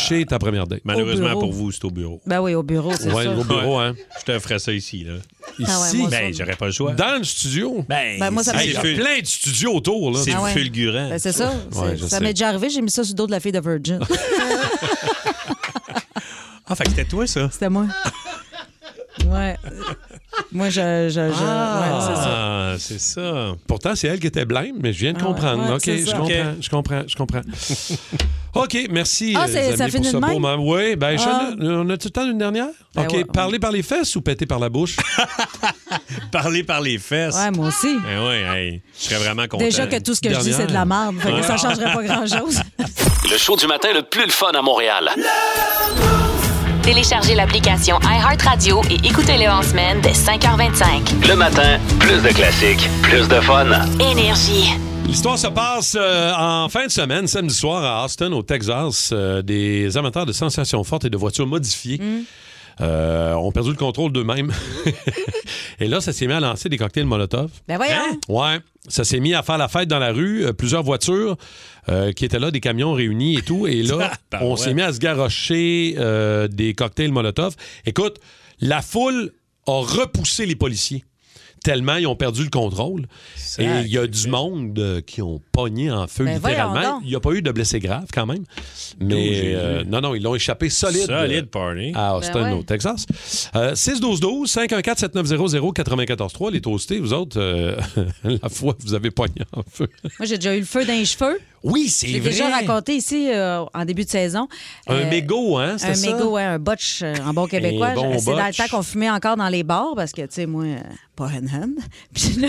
chez ta première date. Malheureusement Ah. bureau. pour vous, c'est au bureau. Ben oui, au bureau, c'est Ouais, sûr. au bureau, hein? Je te ferais ça ici, là. Ah ouais, Ici, moi, Ben, ça- j'aurais pas le choix. dans le studio. Ben, moi, ça Hey, m'est Il y a c'est ful- plein de studios autour, là. C'est Ah ouais. fulgurant. Ben, c'est ça. Ouais, C'est- je ça sais. m'est déjà arrivé, j'ai mis ça sur le dos de la fille [laughs] de Virgin. [laughs] Ah, fait que c'était toi, ça. Ah, C'était moi. Ouais. Moi, je. je, je- ouais, c'est ça. Ah, c'est ça. Pourtant, c'est elle qui était blême, mais je viens de Ah ouais, comprendre. ouais, OK, c'est je ça. comprends, je comprends, je [laughs] comprends. OK, merci, Ah, euh, c'est- les ça amis, finit pour ce de beau même? moment. Oui, ben, Ah. Sean, on a tout le temps une dernière? Ben OK, ouais. parler par les fesses ou péter par la bouche? [laughs] Parler par les fesses. Ouais, moi aussi. Ben oui, hey, je serais vraiment content. Déjà que tout ce que je Dernière. dis, c'est de la merde. Fait que Ouais. ça changerait [laughs] pas grand-chose. Le show du matin le plus le fun à Montréal. Téléchargez l'application iHeartRadio et écoutez-le en semaine dès 5h25. Le matin, plus de classiques, plus de fun. [laughs] Énergie. L'histoire se passe euh, en fin de semaine, samedi soir, à Austin, au Texas. Euh, des amateurs de sensations fortes et de voitures modifiées Mm. euh, ont perdu le contrôle [laughs] d'eux-mêmes. [laughs] et là, ça s'est mis à lancer des cocktails Molotov. Ben Hein? voyons. Ouais, ça s'est mis à faire la fête dans la rue. Euh, plusieurs voitures euh, qui étaient là, des camions réunis et tout. Et [laughs] là, Bah, on ouais. s'est mis à se garrocher euh, des cocktails Molotov. Écoute, la foule a repoussé les policiers tellement ils ont perdu le contrôle. Et il y a du monde euh, qui ont pogné en feu, Ben, voyons littéralement. donc. Il n'y a pas eu de blessés graves quand même. D'où Mais j'ai euh, vu. non, non, ils l'ont échappé solide. Solide party. À Austin, Ben ouais. au Texas. Euh, 612-12-514-7900-943. [laughs] Les toastés, vous autres, euh, la fois que vous avez pogné en feu. Moi, j'ai déjà eu le feu dans les cheveux. Oui, c'est J'ai vrai. déjà raconté ici euh, en début de saison. Euh, Un mégot, hein, c'était Un ça? mégot, ouais, un botch euh, en bon québécois. Un bon c'est dans le botch. temps qu'on fumait encore dans les bars parce que, tu sais, moi, euh, pas hand-hand. Puis là,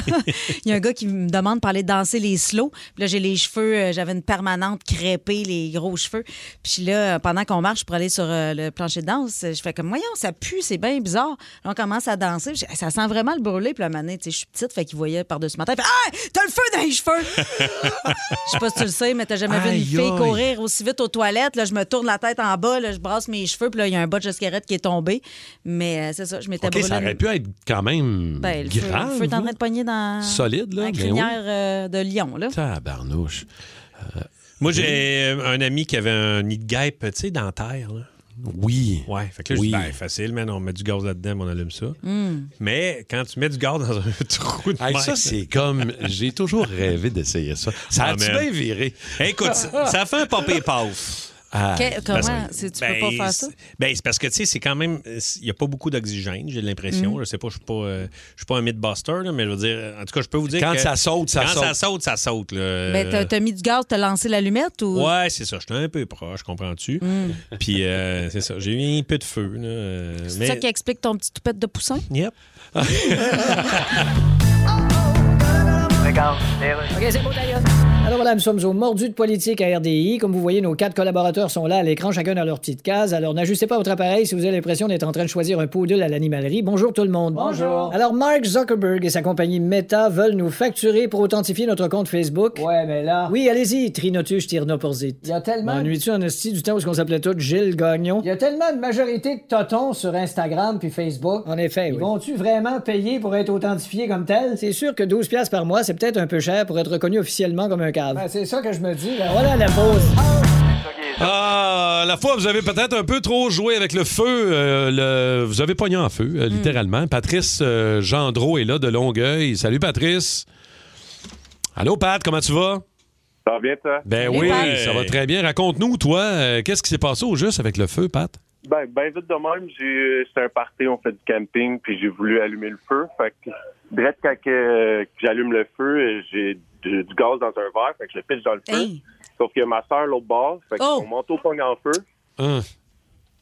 il y a un gars qui me demande de parler de danser les slow. Puis là, j'ai les cheveux, euh, j'avais une permanente crêpée, les gros cheveux. Puis là, euh, pendant qu'on marche pour aller sur euh, le plancher de danse, je fais comme, voyons, ça pue, c'est bien bizarre. Là, on commence à danser. Puis je- ça sent vraiment le brûlé. Puis la manette, tu sais, je suis petite, fait qu'il voyait par-dessus ma tête. Il fait, ah, t'as le feu dans les cheveux! Je sais pas si tu le sais, mais t'as jamais vu Aïe, une fille aïe. courir aussi vite aux toilettes. Là, je me tourne la tête en bas, là, je brasse mes cheveux, puis là, il y a un botch de cigarette qui est tombé. Mais euh, c'est ça, je m'étais OK, brûlée. ça aurait pu être quand même Ben, le feu- grave. hein? le feu est en train là. de pogner dans Solide, là, dans la ben crinière euh, de Lyon. Là. Tabarnouche. Moi, j'ai euh, un ami qui avait un nid de guêpe, tu sais, dentaire. Là. Oui. Ouais, fait que là, Oui. je dis, ben, facile, man, on met du gaz là-dedans, mais on allume ça. Hmm. [laughs] [laughs] Mm. Mais quand tu mets du gaz dans un [laughs] trou de Hey, mer- ça, c'est comme. J'ai toujours rêvé d'essayer ça. Ça Ah, a-tu man. bien viré? Écoute, ça ça fait un pop et paf. Ah, Que- comment? C'est- tu peux pas faire ça? c'est- Ben, c'est parce que, tu sais, c'est quand même. Il n'y a pas beaucoup d'oxygène, j'ai l'impression. Mhm. Je sais pas, je suis pas, euh, je suis pas un mythbuster, là, mais je veux dire. En tout cas, je peux vous dire. Quand que- ça saute, ça Quand ça saute. saute, ça saute. là. Ben, Euh. t'as- t'as mis du gaz, t'as lancé l'allumette ou. Ouais, c'est ça. J'étais un peu proche, comprends-tu? Mm. Puis, euh, c'est ça. J'ai eu un peu de feu. là, euh, C'est mais- ça qui explique ton petit toupette de poussin? [laughs] Yep. [laughs] Alors voilà, nous sommes au mordu de politique à RDI. Comme vous voyez, nos quatre collaborateurs sont là à l'écran, chacun dans leur petite case. Alors n'ajustez pas votre appareil si vous avez l'impression d'être en train de choisir un poodle à l'animalerie. Bonjour tout le monde. Bonjour. Alors Mark Zuckerberg et sa compagnie Meta veulent nous facturer pour authentifier notre compte Facebook. Ouais, ben mais là. Oui, allez-y, Trinotus Tirnoporzit. Il y a tellement- M'ennuies-tu en esti du temps où ce qu'on s'appelait tous Gilles Gagnon? Il y a tellement de majorité de totons sur Instagram puis Facebook. En effet, Ils vont-tu vraiment payer pour être authentifiés comme tel? C'est sûr que 12 piastres par mois, c'est peut-être un peu cher pour être reconnu officiellement comme un cave. Ben, c'est ça que je me dis. là. Voilà la pause. Ah, la fois, vous avez peut-être un peu trop joué avec le feu. euh, le- Vous avez pogné en feu, euh, littéralement. Patrice euh, Gendreau est là de Longueuil. Salut, Patrice. Allô, Pat, comment tu vas? Ça va bien, toi? Ben Salut, oui, Pat. ça va très bien. Raconte-nous, toi, euh, qu'est-ce qui s'est passé au juste avec le feu, Pat? Ben, ben vite de même, j'ai- c'était un party, on fait du camping, puis j'ai voulu allumer le feu. Fait que, direct quand que- que j'allume le feu, euh, j'ai du, du gaz dans un verre, fait que je le pitche dans le feu. Sauf que ma soeur, l'autre bord, fait que Oh! mon manteau pogne en feu. Hein?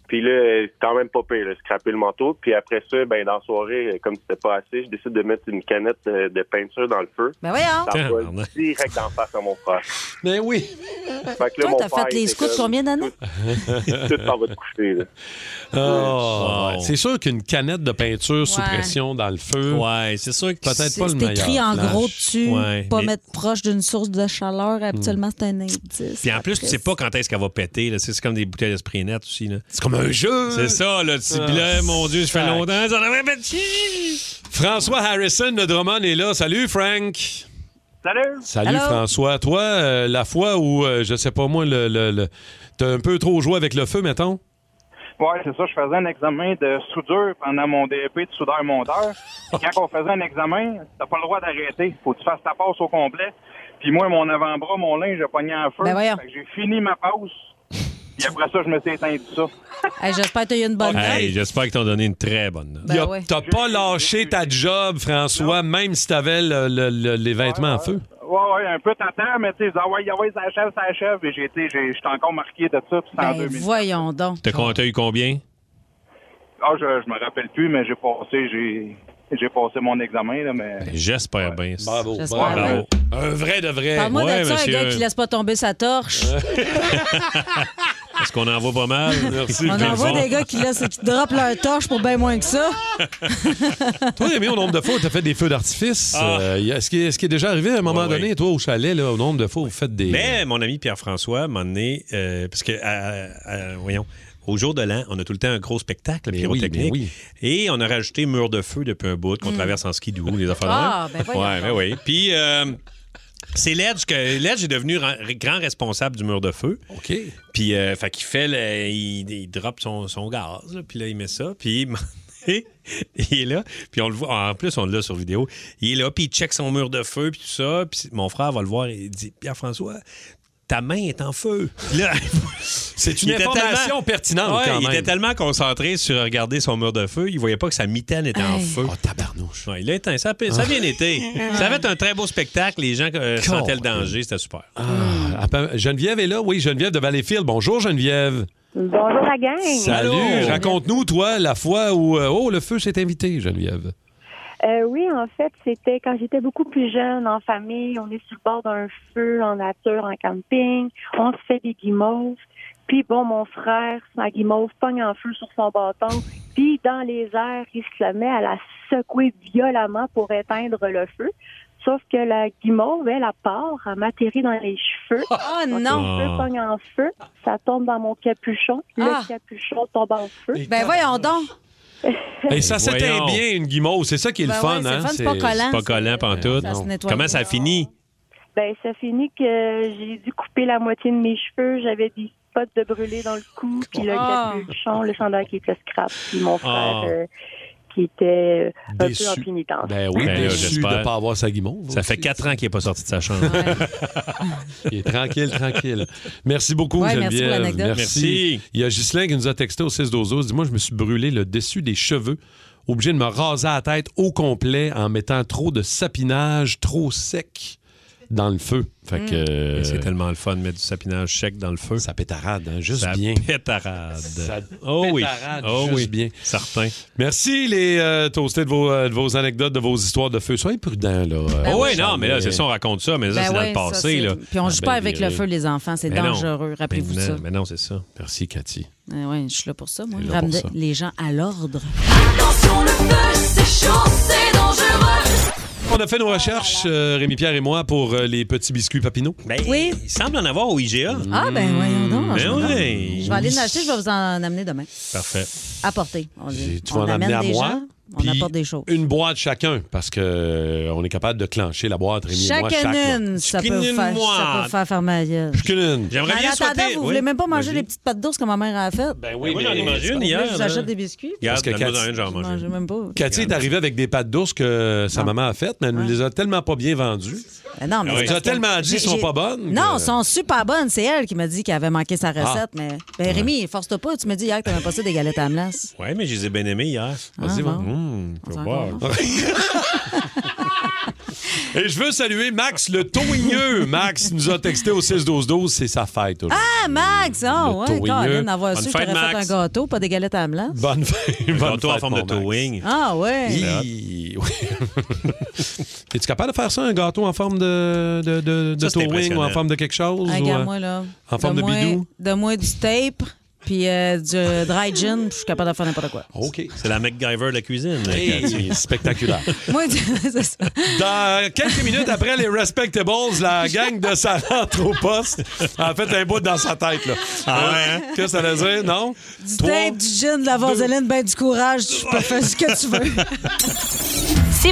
Puis là, c'est quand même pas pire, là, scraper le manteau. Puis après ça, ben dans la soirée, comme c'était pas assez, je décide de mettre une canette euh, de peinture dans le feu. Ben voyons. Ça vole Tabarnak. direct en face à mon [laughs] frère. Ben oui. Fait que là, Toi, mon t'as père, fait les était scouts comme, combien d'années? Tout s'en va te coucher, là. Oh, C'est sûr qu'une canette de peinture sous Ouais. pression dans le feu. Ouais, c'est sûr que peut-être pas le C'est meilleur. écrit en plan. gros dessus, Ouais, pas mais- mettre proche d'une source de chaleur. Habituellement, c'est Hmm. un indice. Puis en plus, tu sais pas quand est-ce qu'elle va péter. là. C'est c'est comme des bouteilles d'esprit net aussi. C'est comme un jeu. C'est ça. Là, Tu- puis là, Ah, mon Dieu, je fais sac. longtemps. ça devrait être- François Harrison de Drummond est là. Salut, Frank. Salut. Salut, Allô? François. Toi, euh, la fois où, euh, je sais pas moi, le, le- le- t'as un peu trop joué avec le feu, mettons? Ouais, c'est ça. Je faisais un examen de soudure pendant mon DEP de [laughs] soudeur-monteur. Et Quand on faisait un examen, t'as pas le droit d'arrêter. Faut que tu fasses ta passe au complet. Puis moi, mon avant-bras, mon linge, j'ai pogné en feu. Ben voyons. Fait que j'ai fini ma pause. Puis après ça, je me suis éteint de ça. Hey, J'espère que t'as eu une bonne note. Hey, J'espère qu'ils t'ont donné une très bonne note. Y a- T'as pas lâché ta job, François, même si t'avais le- le- le- les vêtements en feu. Ouais, ouais, un peu t'attends, mais tu sais, ah ouais, ah ouais, ça achève, ça achève. Et j'ai été, j'ai- j'étais encore marqué de ça. Puis c'était en Ben, 2000. voyons donc. T'as con- t'as eu combien? Ah, je, je me rappelle plus, mais j'ai passé, j'ai, j'ai passé mon examen, là, Ben, mais. J'espère bien. Bravo. J'espère bravo. Un vrai de vrai. Parle-moi Eh, Ouais, de ça, un monsieur. gars qui laisse pas tomber [laughs] sa torche. Parce qu'on en voit pas mal. Merci. On en voit des gars qui laissent, qui droppent leur torche pour bien moins que ça. Toi, Rémi, au nombre de fois où t'as fait des feux d'artifice, Ah. euh, y a- est-ce qu'il est, qu'il est déjà arrivé à un moment donné, toi, au chalet, là, au nombre de fois où vous faites des. Mais mon ami Pierre-François m'a donné, euh, parce que, euh, euh, voyons, au jour de l'an, on a tout le temps un gros spectacle Mais pyrotechnique. oui, Et on a rajouté mur de feu depuis un bout qu'on traverse en ski doux, les affaires Ah, de même. ben voyons Ouais, ben donc. oui. Puis, euh, c'est Ledge que Ledge est devenu ra- grand responsable du mur de feu. OK. Puis, euh, fait qu'il fait, le- il, il drop son, son gaz, là, puis là, il met ça, puis il [laughs] il est là, puis on le voit, en plus, on l'a sur vidéo. Il est là, puis il check son mur de feu, puis tout ça. Puis mon frère va le voir et il dit Pierre-François, ta main est en feu. C'est une information pertinente, Ouais, quand Il même. était tellement concentré sur regarder son mur de feu, il voyait pas que sa mitaine était en Hey. feu. Oh, tabarnouche. il l'a éteint. Ça, a- ça a Ah. bien été. Ça avait été un très beau spectacle. Les gens euh, Con. sentaient le danger. C'était super. Ah, après- Geneviève est là, oui, Geneviève de Valleyfield. Bonjour, Geneviève. Bonjour la gang. Salut. Raconte-nous, toi, la fois où euh, oh, le feu s'est invité, Geneviève. Euh, oui, en fait, c'était quand j'étais beaucoup plus jeune, en famille. On est sur le bord d'un feu, en nature, en camping. On se fait des guimauves. Puis bon, mon frère, ma guimauve pogne en feu sur son bâton. Puis dans les airs, il se met à la secouer violemment pour éteindre le feu. Sauf que la guimauve, elle, à part, elle m'atterrit dans les cheveux. Oh Donc, non! Le feu pogne en feu. Ça tombe dans mon capuchon. Le Ah! capuchon tombe en feu. Ben voyons donc. Et ça s'éteint voyons. bien, une guimauve. C'est ça qui est Ben le fun, ouais, c'est hein? le fun, c'est pas collant, Pas collant, pantoute. Ça se nettoie Comment ça a fini? Ben, ça finit que j'ai dû couper la moitié de mes cheveux. J'avais des spots de brûlé dans le cou, puis le Ah. capuchon, le chandail qui était scrap, puis mon frère Ah. euh, qui était euh, un Déçu. peu en pénitence. Ben oui, Ben là, déçu de j'espère. ne pas avoir sa guimauve. Ça fait quatre ans qu'il n'est pas sorti de sa chambre. Il est tranquille, tranquille. Merci beaucoup, Ouais, merci Geneviève. pour l'anecdote. Merci. Il y a Ghislain qui nous a texté au 6 12 12. Dis-moi, je me suis brûlé le dessus des cheveux, obligé de me raser la tête au complet en mettant trop de sapinage trop sec dans le feu. Fait que, Mm. Mais C'est tellement le fun de mettre du sapinage sec dans le feu. [laughs] Ça pétarade, hein, juste bien. pétarade. Ça oh oui. pétarade Oh juste oui. bien. Certain. Merci les euh, toastés de vos, euh, de vos anecdotes, de vos histoires de feu. Soyez prudents, là. Ben Oh oui, non, mais là, c'est ça, on raconte ça, mais ça, Ben c'est ouais, dans le ça, passé. c'est- là. Puis on Ah, joue ben, pas avec le viré. feu, les enfants. C'est Mais non. dangereux. Rappelez-vous Mais ça. non, Mais non, c'est ça. Merci, Cathy. Eh ouais, je suis là pour ça, moi. Elle est là pour Ramener ça. les gens à l'ordre. C'est chaud, c'est dangereux. On a fait Ah, nos recherches, euh, Rémi-Pierre et moi, pour euh, les petits biscuits papineaux. oui. Ben, Il semble en avoir au IGA. Ah, ben voyons donc. Ben je me oui. Je vais aller en acheter, je vais vous en amener demain. Parfait. Apporter. On, dit. Tu vas on en amène amener à des moi. gens, puis on apporte des choses. Une boîte chacun, parce que euh, on est capable de clencher la boîte, Rémi et moi, chaque, Chacune, là. une, ça Chacune peut une faire, ça moite. peut faire faire ma gueule. Chacune une. J'aimerais Mais bien en attendant, souhaiter- vous oui. voulez même pas manger Vas-y. les petites pâtes d'ours que ma mère a faites? Ben oui, Moi, j'en ai mais- mangé une Là, hier, Je vous là. achète des biscuits. Regarde, que donne-moi Cathy- un, j'en Je mange. mangeais même pas. Cathy est arrivée avec des pâtes d'ours que sa maman a faites, mais elle nous les a tellement pas bien vendues. Ben Ah non, mais Elle c'est nous a parce que tellement dit j'ai- qu'elles sont j'ai- pas bonnes. Non, que- Ah. elles sont super bonnes. C'est elle qui m'a dit qu'elle avait manqué sa recette. Mais ben, Rémi, force-toi pas. Tu me dis hier que t'avais passé des galettes à la Oui, mais je les ai bien aimés hier. Vas-y, va. Mmh, faut s'en voir. [laughs] Et je veux saluer Max le [laughs] Toigneux. Max nous a texté au 6-12-12, c'est sa fête aujourd'hui. Ah, Max! Oh, Le ouais, toigneux. Colin, d'avoir Bonne su, je fête, t'aurais fait un Max. gâteau, pas des galettes à la Bonne fête. Un bonne gâteau en fête, forme de mon Max. towing. Ah, ouais. Hi- Oui. [laughs] Es-tu capable de faire ça, un gâteau en forme de, de, de, de Ça, c'est towing ou en impressionnant. forme de quelque chose? ou, euh, Regarde-moi, là. En forme de Donne-moi- bidou? Donne-moi du tape, puis euh, du dry gin, puis je suis capable de faire n'importe quoi. OK. C'est la MacGyver de la cuisine. hein, Hey, Cathy. [laughs] spectaculaire. Moi, [laughs] c'est ça. Dans quelques minutes après les Respectables, [laughs] la gang de sa rentre au poste a fait un bout dans sa tête. Là. Ah ouais, hein? Qu'est-ce que ça veut dire? Non? Du Trois. tape, du gin, de la vaseline, ben du courage, tu peux faire ce que tu veux. Si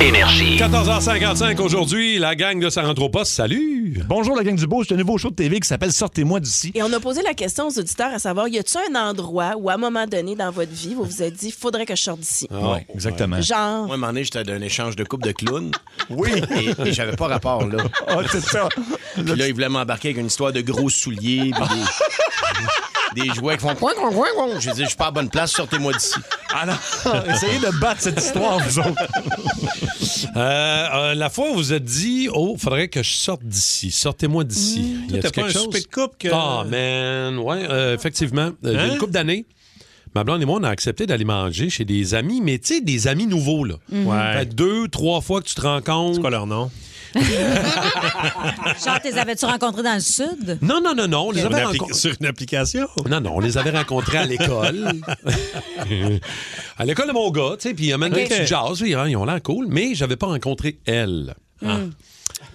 Énergie. 14h55 aujourd'hui, la gang de sa rentre au poste, salut! Bonjour la gang du Beau, c'est un nouveau show de TV qui s'appelle Sortez-moi d'ici. Et on a posé la question aux auditeurs à savoir, y a-t-il un endroit où, à un moment donné dans votre vie, vous vous êtes dit, faudrait que je sorte d'ici? Ah Ouais, exactement. Genre. Moi, à un moment donné, j'étais d'un échange de coupe de clowns. Oui. Et, et j'avais pas rapport, là. Ah, c'est ça. Puis là, ils voulaient m'embarquer avec une histoire de gros souliers, puis des, des jouets qui font coin, coin, coin, coin. J'ai dit, je suis pas à Ah, bonne place, sortez-moi d'ici. Ah non, [laughs] [laughs] essayez de battre cette histoire, vous autres. Euh, euh, la fois où vous êtes dit, oh, faudrait que je sorte d'ici. Sortez-moi d'ici. Toi, a-tu t'as pas un souper de couple que- Ah, man. Ouais, euh, effectivement. Euh, Hein? J'ai une couple d'années. Ma blonde et moi, on a accepté d'aller manger chez des amis, mais tu sais, des amis nouveaux, là. Mhm. Ouais. Fait deux, trois fois que tu te rencontres. C'est quoi leur nom? [laughs] Genre, t'es avais-tu rencontré dans le sud? Non, non, non, non. On les Sur avait une appli- Sur une application? Non, non, on les avait rencontrés à l'école. à l'école de mon gars, tu sais, puis un moment donné, Ok. tu jases, puis, hein, ils ont l'air cool, mais j'avais pas rencontré elle. Ah. Hmm.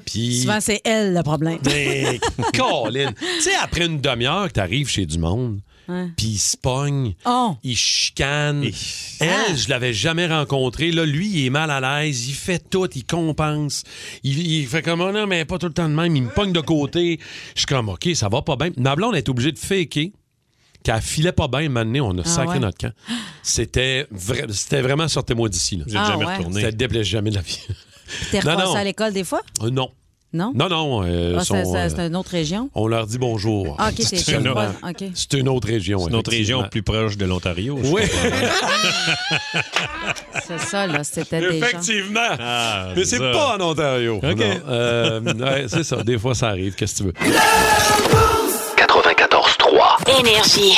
Puis... Souvent, c'est elle le problème. [laughs] Mais, [laughs] Colin, tu sais, après une demi-heure que t'arrives chez du monde, Ouais. puis il se pogne, Oh. Ah. il chicane. Elle, je l'avais jamais rencontré. Là, lui, il est mal à l'aise, il fait tout, il compense. Il, il fait comme, oh non, mais pas tout le temps de même, il me pogne de côté. Je suis comme, OK, ça va pas bien. Ma blonde est obligée de faker qu'elle filait pas bien, maintenant, on a Ah sacré ouais. notre camp. C'était vra- c'était vraiment sortez-moi d'ici. là. Vous êtes Ah jamais ouais. retourné. Ça te déplaît jamais de la vie. T'es Non, repassé non. à l'école des fois? Euh, non. Non? Non, non. euh, Ah, sont, c'est c'est- euh, c'est une autre région? on leur dit bonjour. Ah, ok, c'est- une, ouais, ok. c'est une autre région. C'est une autre région plus proche de l'Ontario. Oui. C'est ça, là, c'était des gens. Effectivement. [laughs] Ah. Mais c'est pas en Ontario. Non. Euh, ouais, c'est ça. Des fois, ça arrive. Qu'est-ce que tu veux? 94-3. Énergie.